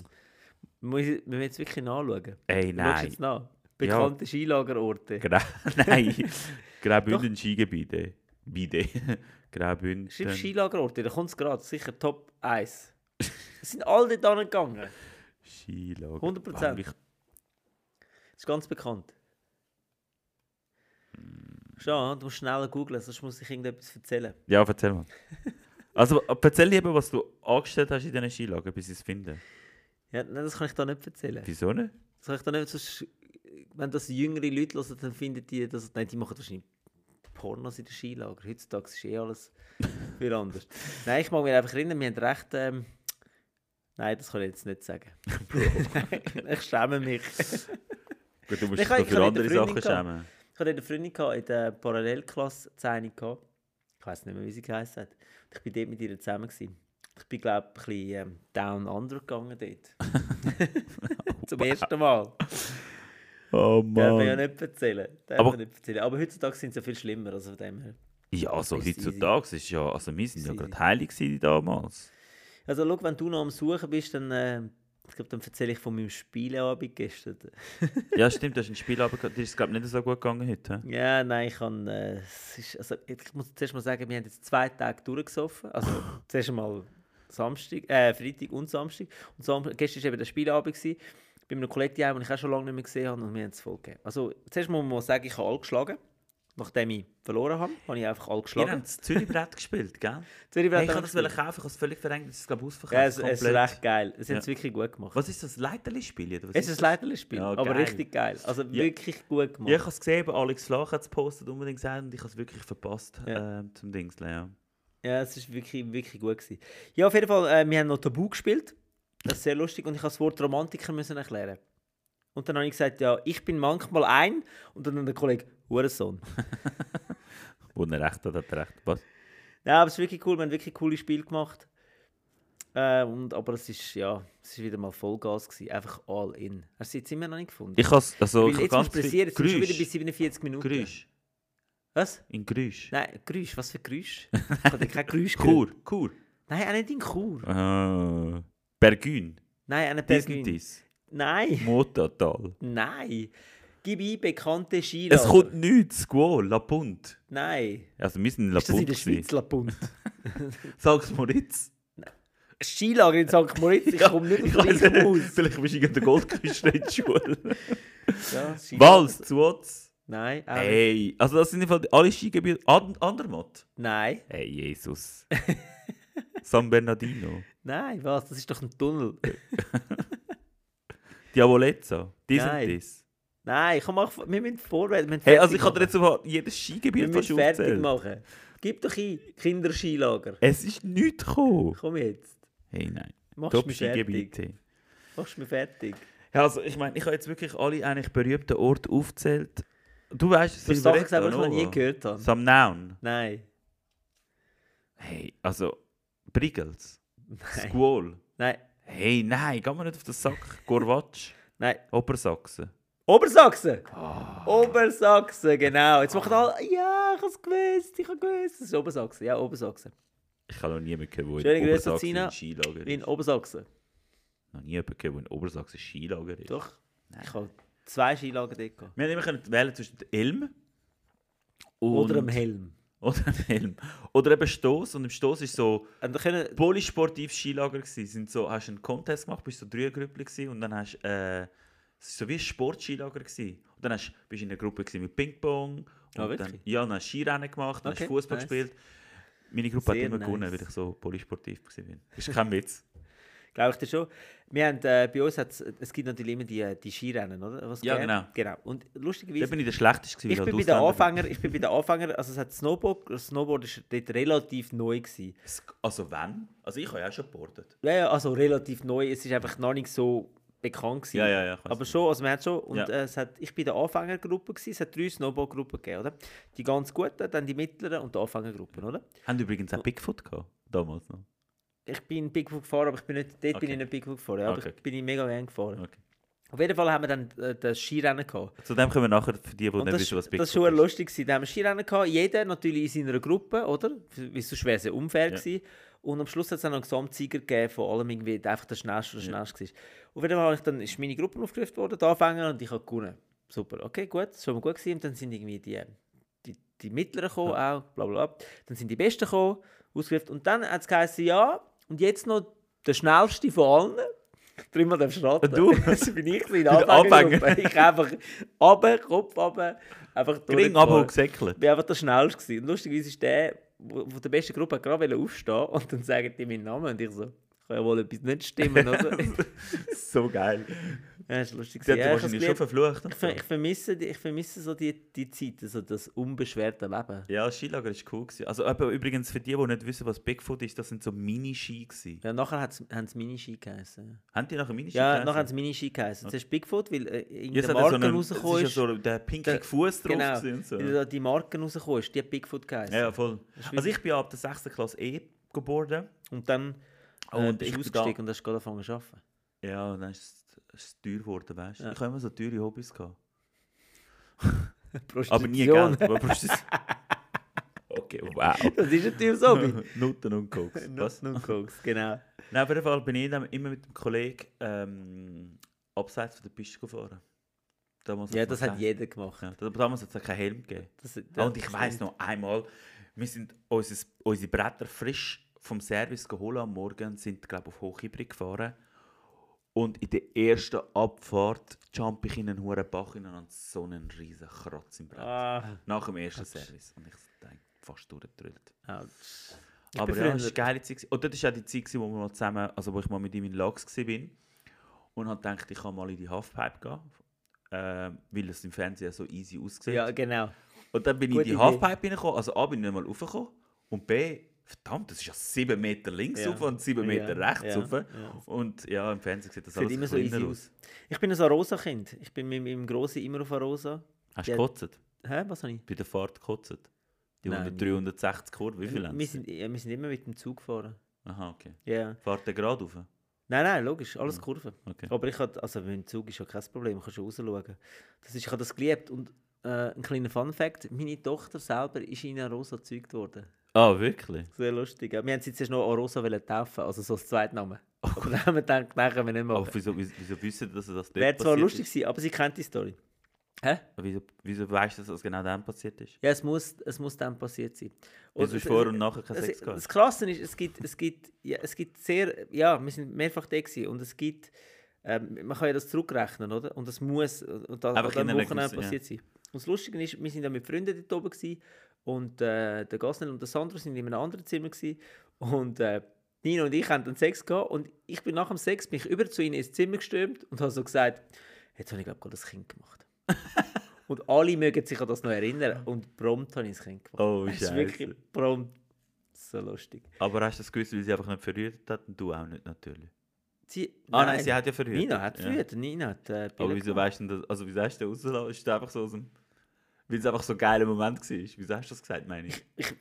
S1: Muss ich- Wir müssen jetzt wirklich nachschauen.
S2: ey,
S1: Du schaust
S2: nein. Genau.
S1: jetzt nach. Bekannte Skilagerorte.
S2: Gra nein. Graubünden Skigebiete. Bide. Graubünden.
S1: Schreib Skilagerorte, da kommt es gerade. Sicher Top 1. Es sind alle dort angegangen.
S2: Skilager.
S1: 100%.
S2: Warum ich-
S1: Das ist ganz bekannt.
S2: Hm.
S1: Schau, du musst schneller googeln, sonst muss ich irgendetwas erzählen.
S2: Ja, erzähl mal. Also, erzähl lieber, was du angestellt hast in diesen Skilagern, bis ich es finde.
S1: Ja, nein, das kann ich da nicht erzählen.
S2: Wieso nicht?
S1: Das kann ich da nicht, sonst, wenn das jüngere Leute hören, dann finden die, dass, nein, die machen wahrscheinlich Pornos in den Skilager. Heutzutage ist eh alles viel anders. Nein, ich mag mich einfach erinnern, wir haben recht, ähm, nein, das kann ich jetzt nicht sagen. Nein, ich schäme mich.
S2: Gut, du musst
S1: Ich
S2: dich
S1: kann-
S2: doch
S1: ich kann
S2: für andere
S1: nicht der
S2: Sachen
S1: Freundin
S2: schämen.
S1: Ich hatte eine Freundin gehabt, in der Parallelklasse 10 gehabt. Ich weiß nicht mehr, wie sie geheißen hat. Und Ich bin dort mit ihr zusammen. Gewesen. Ich bin, glaube ich, ein bisschen ähm, down under gegangen dort. Zum ersten Mal.
S2: Oh
S1: Darf man ja nicht erzählen. Darf
S2: Aber-
S1: man nicht erzählen. Aber heutzutage sind sie ja viel schlimmer. Also von dem her.
S2: Ja, so
S1: Ist easy.
S2: heutzutage ist ja. Also, wir sind
S1: Ist
S2: ja
S1: easy.
S2: gerade heilig gewesen damals.
S1: Also schau, wenn du noch am Suchen bist, dann, äh, ich glaub, dann erzähle ich von meinem Spieleabend gestern.
S2: Ja, stimmt, du hast ein Spiel abgegeben. Dir ist es, glaube ich, nicht so gut gegangen heute. hä?
S1: Ja, nein, ich kann. Äh, es ist, also, ich muss zuerst mal sagen, wir haben jetzt zwei Tage durchgesoffen. Also zuerst mal Samstag, äh, Freitag und Samstag. Und Sam gestern war eben der Spielabend. Gewesen, bei einem Kollegen daheim, den ich auch schon lange nicht mehr gesehen habe und wir haben es voll gegeben. Also zuerst muss man mal sagen, ich habe alle geschlagen. Nachdem ich verloren habe, habe ich einfach alle
S2: Ihr
S1: geschlagen.
S2: habt das Zürichbrett gespielt, gell?
S1: Zürich
S2: Hey, ich
S1: hat
S2: kann
S1: auch
S2: das
S1: gespielt.
S2: wollen kaufen, ich habe es völlig verrenkt, es ist glaube ich ausverkauft.
S1: Ja, es, es
S2: komplett.
S1: ist recht geil. Sie haben es
S2: Ja.
S1: wirklich gut gemacht.
S2: Was ist das? Leiterli-Spiel? oder was
S1: Es ist ein Leiterli-Spiel,
S2: Ja,
S1: aber
S2: geil.
S1: richtig geil. Also wirklich gut gemacht.
S2: Ja, ich habe es gesehen, aber Alex Flach hat es gepostet unbedingt gesagt und ich habe es wirklich verpasst
S1: Ja.
S2: ähm, zum Dings. Ja.
S1: Ja, es ist wirklich, wirklich gut gewesen. Ja, auf jeden Fall, äh, wir haben noch Tabu gespielt. Das ist sehr lustig und ich habe das Wort Romantiker müssen erklären. Und dann habe ich gesagt, ja, ich bin manchmal ein und dann der Kollege, Hurensohn.
S2: Wo er recht hat, hat er recht. Was?
S1: Nein, aber es ist wirklich cool, wir haben wirklich coole Spiele gemacht. Äh, und, aber es ist, ja, es ist wieder mal Vollgas gewesen, einfach all in. Hast du sie jetzt immer noch nicht gefunden?
S2: Ich habe also,
S1: Weil
S2: ich habe
S1: jetzt muss
S2: ganz viel...
S1: pressieren, jetzt sind wir schon wieder bei
S2: Geräusch.
S1: 47 Minuten.
S2: Geräusch.
S1: Was?
S2: In Geräusch.
S1: Nein, Geräusch, was für Geräusch? Ich habe kein Geräusch gehört.
S2: Chur. Chur.
S1: Nein, auch nicht in Chur.
S2: Äh, Bergün.
S1: Nein, auch nicht Bergün.
S2: Disneytis.
S1: Nein,
S2: Motatal.
S1: nein. Gib ein bekannte Skilager.
S2: Es kommt nichts. Guo. La Punt.
S1: Nein.
S2: Also wir sind in La
S1: Ist das in der
S2: Punt.
S1: Schweiz, Lapunt?
S2: Sag's Moritz.
S1: Skilager in St. Moritz, ich komme nicht auf
S2: weiss
S1: den Haus.
S2: Vielleicht bist du in der Goldküste in der Schule.
S1: Ja, Skilager.
S2: Wals, Zuotz.
S1: Nein, auch nicht.
S2: Ey, also das sind im Fall alle Skigebiete. An Andermatt.
S1: nein,
S2: Ey, Jesus. San Bernardino.
S1: nein, was? Das ist doch ein Tunnel.
S2: Diavolezza. Dies
S1: Nein.
S2: und das.
S1: Nein, komm, mach, wir müssen vorwärts. wir müssen
S2: Hey,
S1: fertig
S2: also ich kann dir
S1: machen.
S2: jetzt auf jedes
S1: Wir
S2: Skigebiet fast
S1: müssen fertig
S2: aufzählen.
S1: machen. Gib doch ein, Kinderskilager.
S2: Es ist nichts gekommen.
S1: Komm jetzt.
S2: Hey, nein.
S1: Machst du
S2: Top
S1: mich fertig.
S2: Skigebiete.
S1: Machst du mich fertig.
S2: Ja, also ich meine, ich habe jetzt wirklich alle eigentlich berühmten Orte aufgezählt. Du weißt,
S1: Du hast Sachen gesagt, die ich noch nie gehört habe.
S2: Sam Noun.
S1: Nein.
S2: Hey, also, Brigels, Squall.
S1: Nein,
S2: Hey, nein, gehen wir nicht auf den Sack. Gorvatsch,
S1: nein.
S2: Obersachsen.
S1: Obersachsen!
S2: Ah.
S1: Obersachsen, genau. Jetzt machen alle, ja, ich habe es gewusst, ich habe gewusst. Das ist Obersachsen, ja, Obersachsen.
S2: Ich habe noch nie jemanden gehört, der
S1: Schöne
S2: in
S1: Grüße,
S2: Obersachsen
S1: Zina.
S2: ein Skilager
S1: In
S2: ist.
S1: Obersachsen.
S2: Noch nie jemanden gehört, der in Obersachsen ein Skilager ist.
S1: Doch. Ich habe zwei Skilager dort gehabt.
S2: Wir haben immer können wählen zwischen dem Elm und
S1: Oder am Helm.
S2: Oder dem Helm. Oder eben Stoß. Und im Stoß ist so
S1: Und da können,
S2: polysportives Skilager. Gewesen. Sind so, hast einen Contest gemacht, bist so Dreiergrüppel gewesen und dann hast äh, es war so wie ein Sportskilager. Gewesen. Und dann hast, bist du in einer Gruppe gewesen mit Ping-Pong.
S1: Ah,
S2: und dann,
S1: wirklich?
S2: ja, dann hast du Skirennen gemacht, dann hast
S1: Okay,
S2: du Fußball
S1: nice.
S2: gespielt. Meine Gruppe
S1: Sehr
S2: hat immer
S1: nice.
S2: gewonnen, weil ich so polysportiv gewesen bin. Ist kein Witz.
S1: glaube ich dir schon. Wir haben, äh, bei uns hat's, es gibt natürlich immer die, äh, die Skirennen, oder? Was
S2: Ja,
S1: gäbe.
S2: genau.
S1: genau. Und
S2: da
S1: lustigerweise,
S2: bin ich der Schlechteste
S1: ich
S2: weil
S1: bin,
S2: du
S1: bei den
S2: Ausländer
S1: Anfänger, ich bin bei den Anfängern, also es hat Snowboard, Snowboard ist dort relativ neu gewesen.
S2: bist. Also wenn? Also ich habe ja auch schon geboardet.
S1: Ja, ja, also relativ neu, es ist einfach noch nicht so bekannt gewesen.
S2: Ja, ja, ja. ich weiss
S1: Aber
S2: nicht.
S1: schon, also man hat schon, und
S2: Ja.
S1: äh, es hat, ich bin in der Anfängergruppe, gewesen, es hat drei Snowboardgruppen gegeben, oder? Die ganz guten, dann die mittleren und die Anfängergruppen, oder?
S2: Haben übrigens
S1: Oh.
S2: auch Bigfoot gehabt, damals noch.
S1: Ich bin Bigfoot gefahren, aber ich bin nicht, dort bin
S2: Okay.
S1: ich nicht Bigfoot gefahren, ja, aber
S2: Okay.
S1: ich bin ich mega gerne gefahren.
S2: Okay.
S1: Auf jeden Fall haben wir dann äh, das Skirennen gehabt.
S2: Zu dem kommen wir nachher, für die, die
S1: Und
S2: nicht
S1: das
S2: wissen, was
S1: das
S2: Bigfoot
S1: war schon
S2: ist.
S1: lustig. gewesen. Da haben wir Skirennen gehabt, jeder natürlich in seiner Gruppe, oder? Weil sonst wäre es ja unfair
S2: Ja.
S1: gewesen. Und am Schluss hat es dann noch einen Gesamtsieger gegeben, von allem irgendwie der einfach der Schnellste oder der Schnellste war. Auf jeden Fall habe ich dann, ist meine Gruppe aufgerufen worden, die Anfänger, und ich habe gewonnen. Super, okay, gut, das war mal gut gewesen. Und dann sind irgendwie die, die, die Mittleren gekommen, auch, bla bla bla. Dann sind die Besten gekommen, ausgerufen. Und dann hat es geheißen, ja, und jetzt noch der Schnellste von allen. Dreimal darfst du raten.
S2: Du?
S1: Das bin ich in
S2: der
S1: der
S2: Anfänger.
S1: Anfängergruppe. Ich einfach runter, Kopf runter, einfach
S2: Gering,
S1: durchgefahren.
S2: aber auch gesäckelt.
S1: Ich bin einfach der Schnellste. gewesen. Und lustigerweise ist der, wo, wo der beste Gruppe hat gerade wollte aufstehen und dann sagen die meinen Namen und ich so, kann ja wohl etwas nicht stimmen, oder?
S2: so geil.
S1: ja, ist lustig.
S2: Sie
S1: gewesen.
S2: hat
S1: Ja, ich
S2: ja,
S1: hab's
S2: wahrscheinlich schon
S1: geliebt.
S2: verflucht. und
S1: ich, ver-
S2: so.
S1: ich, vermisse, die- ich vermisse so die, die Zeit, also das unbeschwerte Leben.
S2: Ja, das Skilager war cool. Gewesen. Also eben, übrigens, für die, die nicht wissen, was Bigfoot ist, das sind so Mini-Ski. gewesen.
S1: Ja, nachher hat's- haben sie Mini-Ski geheißen.
S2: Haben die nachher Mini-Ski
S1: Ja,
S2: gegeben?
S1: nachher haben sie Mini-Ski geheißen. Zuerst Bigfoot, weil äh,
S2: Jetzt
S1: irgendeine
S2: hat er so
S1: Marke
S2: einen, es ist
S1: rausgekommen
S2: ja
S1: ist.
S2: so der pinkige
S1: Der-
S2: Fuß drauf.
S1: Genau,
S2: gewesen und So.
S1: weil da die Marke rausgekommen ist, die hat Bigfoot geheißen.
S2: Ja, ja, voll.
S1: ist wie-
S2: Also ich bin ab der 6. Klasse E geboren.
S1: Und dann äh,
S2: Und ich
S1: bist du
S2: bin da-
S1: ausgestiegen und hast gerade angefangen zu arbeiten.
S2: Ja, und dann ist es- ist es teuer geworden, weißt du.
S1: Ja.
S2: Ich habe immer so teure Hobbys gehabt.
S1: Prostitution.
S2: Aber nie Geld. aber Prostitu- okay, wow.
S1: Das ist natürlich so.
S2: Nutten und Koks. Was?
S1: Nun guckst, genau.
S2: Nein, auf jeden Fall bin ich dann immer mit dem Kollegen ähm, abseits von der Piste gefahren. Damals
S1: Ja,
S2: hat's
S1: das
S2: noch
S1: hat
S2: kein-
S1: jeder gemacht.
S2: Ja, da- damals hat es noch keinen Helm gegeben.
S1: Das,
S2: Ah,
S1: das
S2: und ich weiss noch einmal, wir sind unseres, unsere Bretter frisch vom Service geholt am Morgen, sind, glaube auf Hochibri gefahren. Und in der ersten Abfahrt jump ich in einen hohen Bach hinein und so einen riesen Kratz im Brett.
S1: Ah,
S2: Nach dem ersten Service. Und ich denke, fast durchgedrückt.
S1: ouch.
S2: Aber
S1: bin
S2: ja,
S1: früher-
S2: es war eine geile Zeit. gewesen. Und das war auch die Zeit, gewesen, wo, wir mal zusammen, also wo ich mal mit ihm in Lachs war. Und habe gedacht, ich kann mal in die Halfpipe gehen. ähm, weil es im Fernsehen so easy aussieht.
S1: Ja, genau.
S2: und dann bin ich in
S1: gute
S2: die
S1: Idee.
S2: Halfpipe reingekommen. Also A bin ich nicht mal raufgekommen. Und B, verdammt, das ist ja 7 Meter links
S1: Ja.
S2: rauf und 7 Meter
S1: Ja,
S2: rechts
S1: ja,
S2: rauf.
S1: ja.
S2: Und ja, im Fernsehen sieht das
S1: Sieht
S2: alles
S1: immer so
S2: kleiner
S1: easy aus. Ich bin so ein rosa Kind. Ich bin mit meinem Grossen immer auf einer rosa.
S2: Hast du
S1: Ja.
S2: gekotzt?
S1: Hä, was habe ich?
S2: Bei der Fahrt gekotzt? Die
S1: Nein,
S2: 100 360 Kurven, wie viel haben
S1: Wir
S2: sie?
S1: sind, ja, wir sind immer mit dem Zug gefahren.
S2: Aha, okay.
S1: Ja.
S2: Fahrt der gerade rauf?
S1: Nein, nein, logisch, alles
S2: Hm.
S1: Kurven.
S2: Okay.
S1: Aber ich hatte, also mit dem Zug ist ja kein Problem, kannst du rausschauen. Das ist, ich habe das geliebt. Und äh, ein kleiner Fun-Fact: meine Tochter selber ist in eine rosa gezeugt worden.
S2: Ah, wirklich?
S1: Sehr lustig. ja. Wir haben sie jetzt noch an Rosa wollen taufen, also so als Zweitname. Aber dann haben wir gedacht, nein, können wir nicht
S2: Aber
S1: machen.
S2: wieso, wieso, wieso wissen Sie, dass das dort
S1: Wäre zwar
S2: passiert
S1: lustig gewesen, aber sie kennt die Story. Hä?
S2: ist? Wieso, wieso weißt du, dass das genau dann passiert ist?
S1: Ja, es muss, es muss dann passiert sein. Und
S2: Wieso
S1: es-
S2: ist vor und nachher kein
S1: es-
S2: Sex
S1: Das
S2: gehabt?
S1: Krasse ist, es gibt, es gibt, ja, es gibt sehr, ja, wir sind mehrfach da gewesen und es gibt, ähm, man kann ja das zurückrechnen, oder? Und das muss, und das
S2: Einfach
S1: und am
S2: in einer
S1: Wochenende
S2: gewissen- ja.
S1: passiert sein. Und das Lustige ist, wir sind dann mit Freunden dort oben gewesen, und äh, der Gasnell und der Sandro sind in einem anderen Zimmer gewesen, und äh, Nino und ich haben dann Sex gehabt und ich bin nach dem Sex bin ich über zu ihnen ins Zimmer gestürmt und habe so gesagt, jetzt habe ich glaube ich gerade das Kind gemacht. und alle mögen sich an das noch erinnern und prompt habe ich das Kind gemacht.
S2: Oh,
S1: Es ist
S2: Scheiße.
S1: wirklich prompt so lustig.
S2: Aber hast du das gewusst, weil sie einfach nicht verrührt hat und du auch nicht natürlich?
S1: Sie,
S2: Ah nein, sie hat ja verrührt.
S1: Nina hat
S2: Ja.
S1: verrührt, Nina hat äh,
S2: Aber
S1: Bilder
S2: wieso
S1: gemacht.
S2: weißt du denn das? Also, wieso hast du das rausgelassen? Ist das einfach so aus dem. Weil es einfach so ein geiler Moment war. Wieso hast du das gesagt, meine ich?
S1: ich,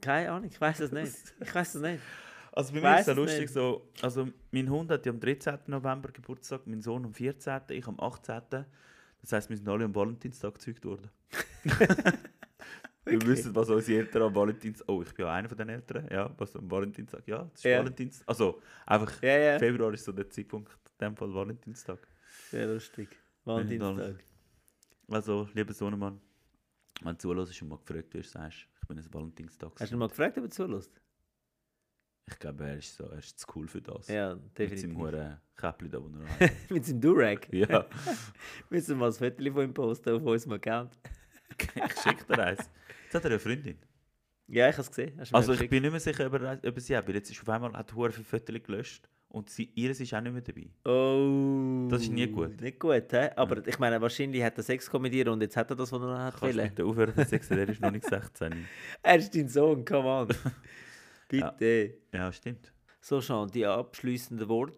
S1: Keine Ahnung, ich weiß es nicht. Ich weiß es nicht.
S2: Also bei
S1: Ich
S2: mir ist
S1: weiss
S2: es ja
S1: es
S2: lustig
S1: nicht.
S2: so, also mein Hund hat ja am 13. November Geburtstag, mein Sohn am 14., ich am 18. Das heisst, wir sind alle am Valentinstag gezeugt worden. Wir wissen, was unsere Eltern am Valentinstag... Oh, ich bin ja einer von den Eltern, ja, was am Valentinstag... Ja, es ist
S1: Ja.
S2: Valentinstag. Also, einfach
S1: Ja, ja.
S2: Februar ist so der Zeitpunkt, in dem Fall Valentinstag.
S1: Sehr lustig.
S2: Wenn dann-
S1: Valentinstag.
S2: Also, lieber Sohnemann, wenn du zuhörst und mal gefragt wirst, sagst du, ich bin ein Valentinstag.
S1: Hast du ihn mal gefragt, ob er zulässt?
S2: Ich glaube, er ist, so, er ist zu cool für das.
S1: Ja,
S2: Mit seinem
S1: definitiv.
S2: hohen Käppli da, wo er hat.
S1: Mit seinem Durag.
S2: Ja.
S1: Müssen wir mal ein Foto von ihm posten auf unserem Account.
S2: Ich schicke dir eins. Jetzt hat er eine Freundin.
S1: Ja, ich habe es gesehen. Hast du mir
S2: Also ich
S1: geschickt?
S2: bin nicht mehr sicher, ob, er, ob er sie hat, weil jetzt ist auf einmal hat Huren viele Fotos gelöscht und sie, ihres ist auch nicht mehr dabei.
S1: Oh.
S2: Das ist nie gut.
S1: Nicht gut, hä? Aber ich meine, wahrscheinlich hat er Sex mit dir und jetzt hat er das, was er noch hat.
S2: Kannst du
S1: wollen.
S2: bitte aufhören, der Sexer ist noch nicht 16.
S1: Er ist dein Sohn, come on. Bitte.
S2: Ja, stimmt.
S1: So, Sean, die abschließenden Worte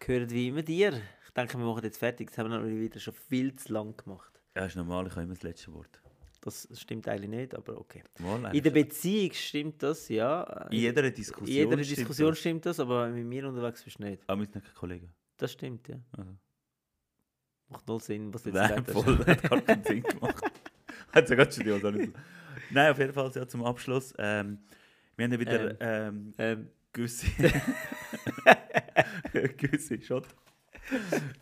S1: gehören wie immer dir. Ich denke, wir machen jetzt fertig. Das haben wir noch wieder schon viel zu lang gemacht.
S2: Ja, ist normal, ich habe immer das letzte Wort.
S1: Das stimmt eigentlich nicht, aber okay.
S2: Mal
S1: In der
S2: eigentlich.
S1: Beziehung stimmt das, ja.
S2: in jeder Diskussion.
S1: In jeder
S2: stimmt
S1: Diskussion
S2: das. Ah,
S1: stimmt das, aber mit mir unterwegs bist du nicht.
S2: Auch mit einem Kollegen.
S1: Das stimmt, ja.
S2: Also.
S1: Macht null Sinn, was du jetzt
S2: Nein,
S1: gesagt
S2: voll,
S1: hast.
S2: hat gar keinen Sinn gemacht. hat ja gerade schon die Hose nicht. Nein, auf jeden Fall, ja, zum Abschluss. Ähm, wir haben ja wieder
S1: Ähm.
S2: ähm,
S1: Ähm,
S2: gewisse, gewisse Shot,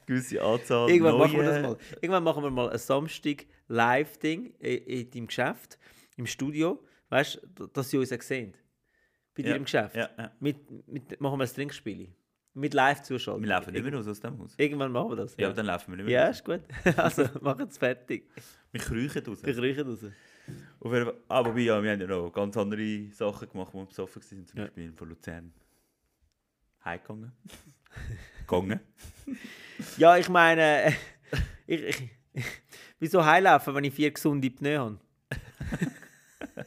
S2: gewisse Anzahl
S1: irgendwann,
S2: neue,
S1: machen wir das mal. irgendwann machen wir mal ein Samstag-Live-Ding in, in deinem Geschäft, im Studio. Weißt du, dass sie uns auch sehen. Bei dir
S2: Ja,
S1: im Geschäft.
S2: Ja, ja.
S1: Mit, mit, machen wir ein Trinkspiel. Mit Live-Zuschaltung.
S2: Wir laufen nicht mehr raus aus dem Haus.
S1: Irgendwann machen wir das.
S2: Ja, aber dann laufen wir nicht mehr
S1: ja
S2: raus.
S1: ist gut. Also, machen es fertig.
S2: Wir kriechen raus.
S1: Ich rieche raus.
S2: Auf jeden Fall. Ah, wobei, ja, wir haben ja noch ganz andere Sachen gemacht, wo wir besoffen waren. Zum
S1: Ja.
S2: Beispiel von Luzern. Heimgegangen. Gegangen.
S1: Ja, ich meine, äh, ich, ich, wieso heilaufen, wenn ich vier gesunde Pneu habe?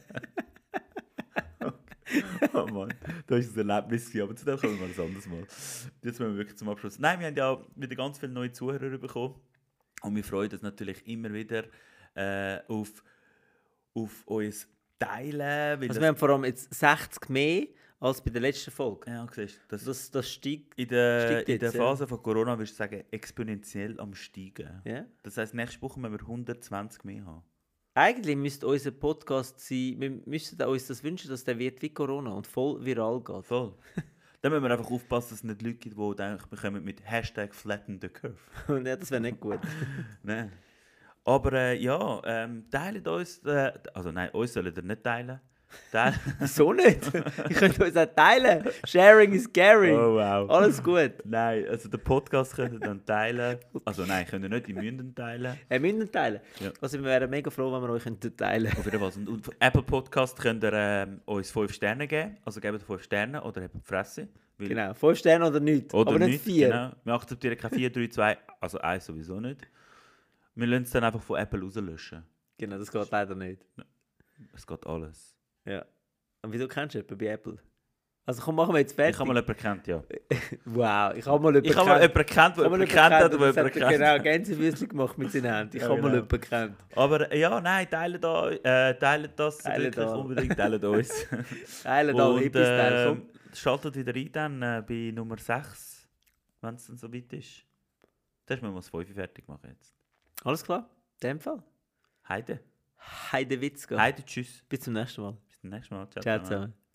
S2: Oh Mann, da ist ein Erlebnis, gewesen, aber zu dem kommen wir mal ein anderes Mal. Jetzt müssen wir wirklich zum Abschluss. Nein, wir haben ja auch wieder ganz viele neue Zuhörer bekommen und wir freuen uns natürlich immer wieder äh, auf, auf uns Teilen. Weil
S1: Also
S2: das,
S1: wir haben vor allem jetzt 60 mehr als bei der letzten Folge. Also
S2: ja, siehst, du, das,
S1: Das, das steigt.
S2: in der,
S1: steigt
S2: in der
S1: jetzt, ja.
S2: Phase von Corona würdest du sagen, exponentiell am Steigen.
S1: Ja.
S2: Das heisst, nächste Woche müssen wir 120 mehr haben.
S1: Eigentlich müsste unser Podcast sein, wir müssten uns das wünschen, dass der wird wie Corona und voll viral geht.
S2: Voll. Dann müssen wir einfach aufpassen, dass es nicht Leute gibt, die denken, wir kommen mit Hashtag Flatten the Curve.
S1: Und ja, das wäre nicht gut.
S2: Nein. Aber äh, ja, ähm, teilt uns, äh, also nein, uns sollt ihr nicht teilen. Teilen.
S1: Wieso nicht? Ich könnte uns auch teilen. Sharing is caring.
S2: Oh, wow.
S1: Alles gut.
S2: Nein, also den Podcast könnt ihr dann teilen. Also nein, könnt ihr nicht, ihr müsst ihn teilen.
S1: Wir müssen ihn teilen.
S2: Ja.
S1: Also wir wären mega froh, wenn wir euch könnten teilen
S2: Auf jeden Fall. Und, und auf Apple Podcast könnt ihr ähm, uns 5 Sterne geben. Also gebt 5 Sterne oder habt die Fresse. Weil-
S1: Genau, 5 Sterne oder nichts.
S2: Oder
S1: aber nicht, vier.
S2: Genau. Wir akzeptieren keine 4, 3, 2, also 1 sowieso nicht. Wir lassen es dann einfach von Apple rauslöschen.
S1: Genau, das geht leider nicht.
S2: Es geht alles.
S1: Ja. Und wieso kennst du jemanden bei Apple? Also komm, machen wir jetzt fertig.
S2: Ich habe mal jemanden kennt, ja.
S1: wow, ich habe mal jemanden
S2: Ich habe mal jemanden kennt,
S1: Ich habe
S2: der
S1: mal
S2: jemanden
S1: jemanden
S2: kennt hat,
S1: gekannt und das
S2: der jemanden
S1: hat er
S2: kennt.
S1: Genau, Gänsefüßchen gemacht mit seinen Händen. Ich
S2: Ja,
S1: habe mal
S2: genau.
S1: jemanden gekannt.
S2: Aber äh, ja, nein, teilen, da, äh, teilen das
S1: Teilen
S2: wirklich
S1: da.
S2: unbedingt, teilen uns.
S1: Teilen alle
S2: Und
S1: Hippies,
S2: äh,
S1: teilen.
S2: schaltet wieder ein dann äh, bei Nummer 6, wenn es dann soweit ist. Das müssen wir das 5 fertig machen jetzt.
S1: Komm. Alles klar, in dem Fall.
S2: Heide.
S1: Heide Witz, gell?
S2: Heide, tschüss.
S1: Bis zum nächsten Mal.
S2: Bis zum nächsten Mal.
S1: Ciao zusammen.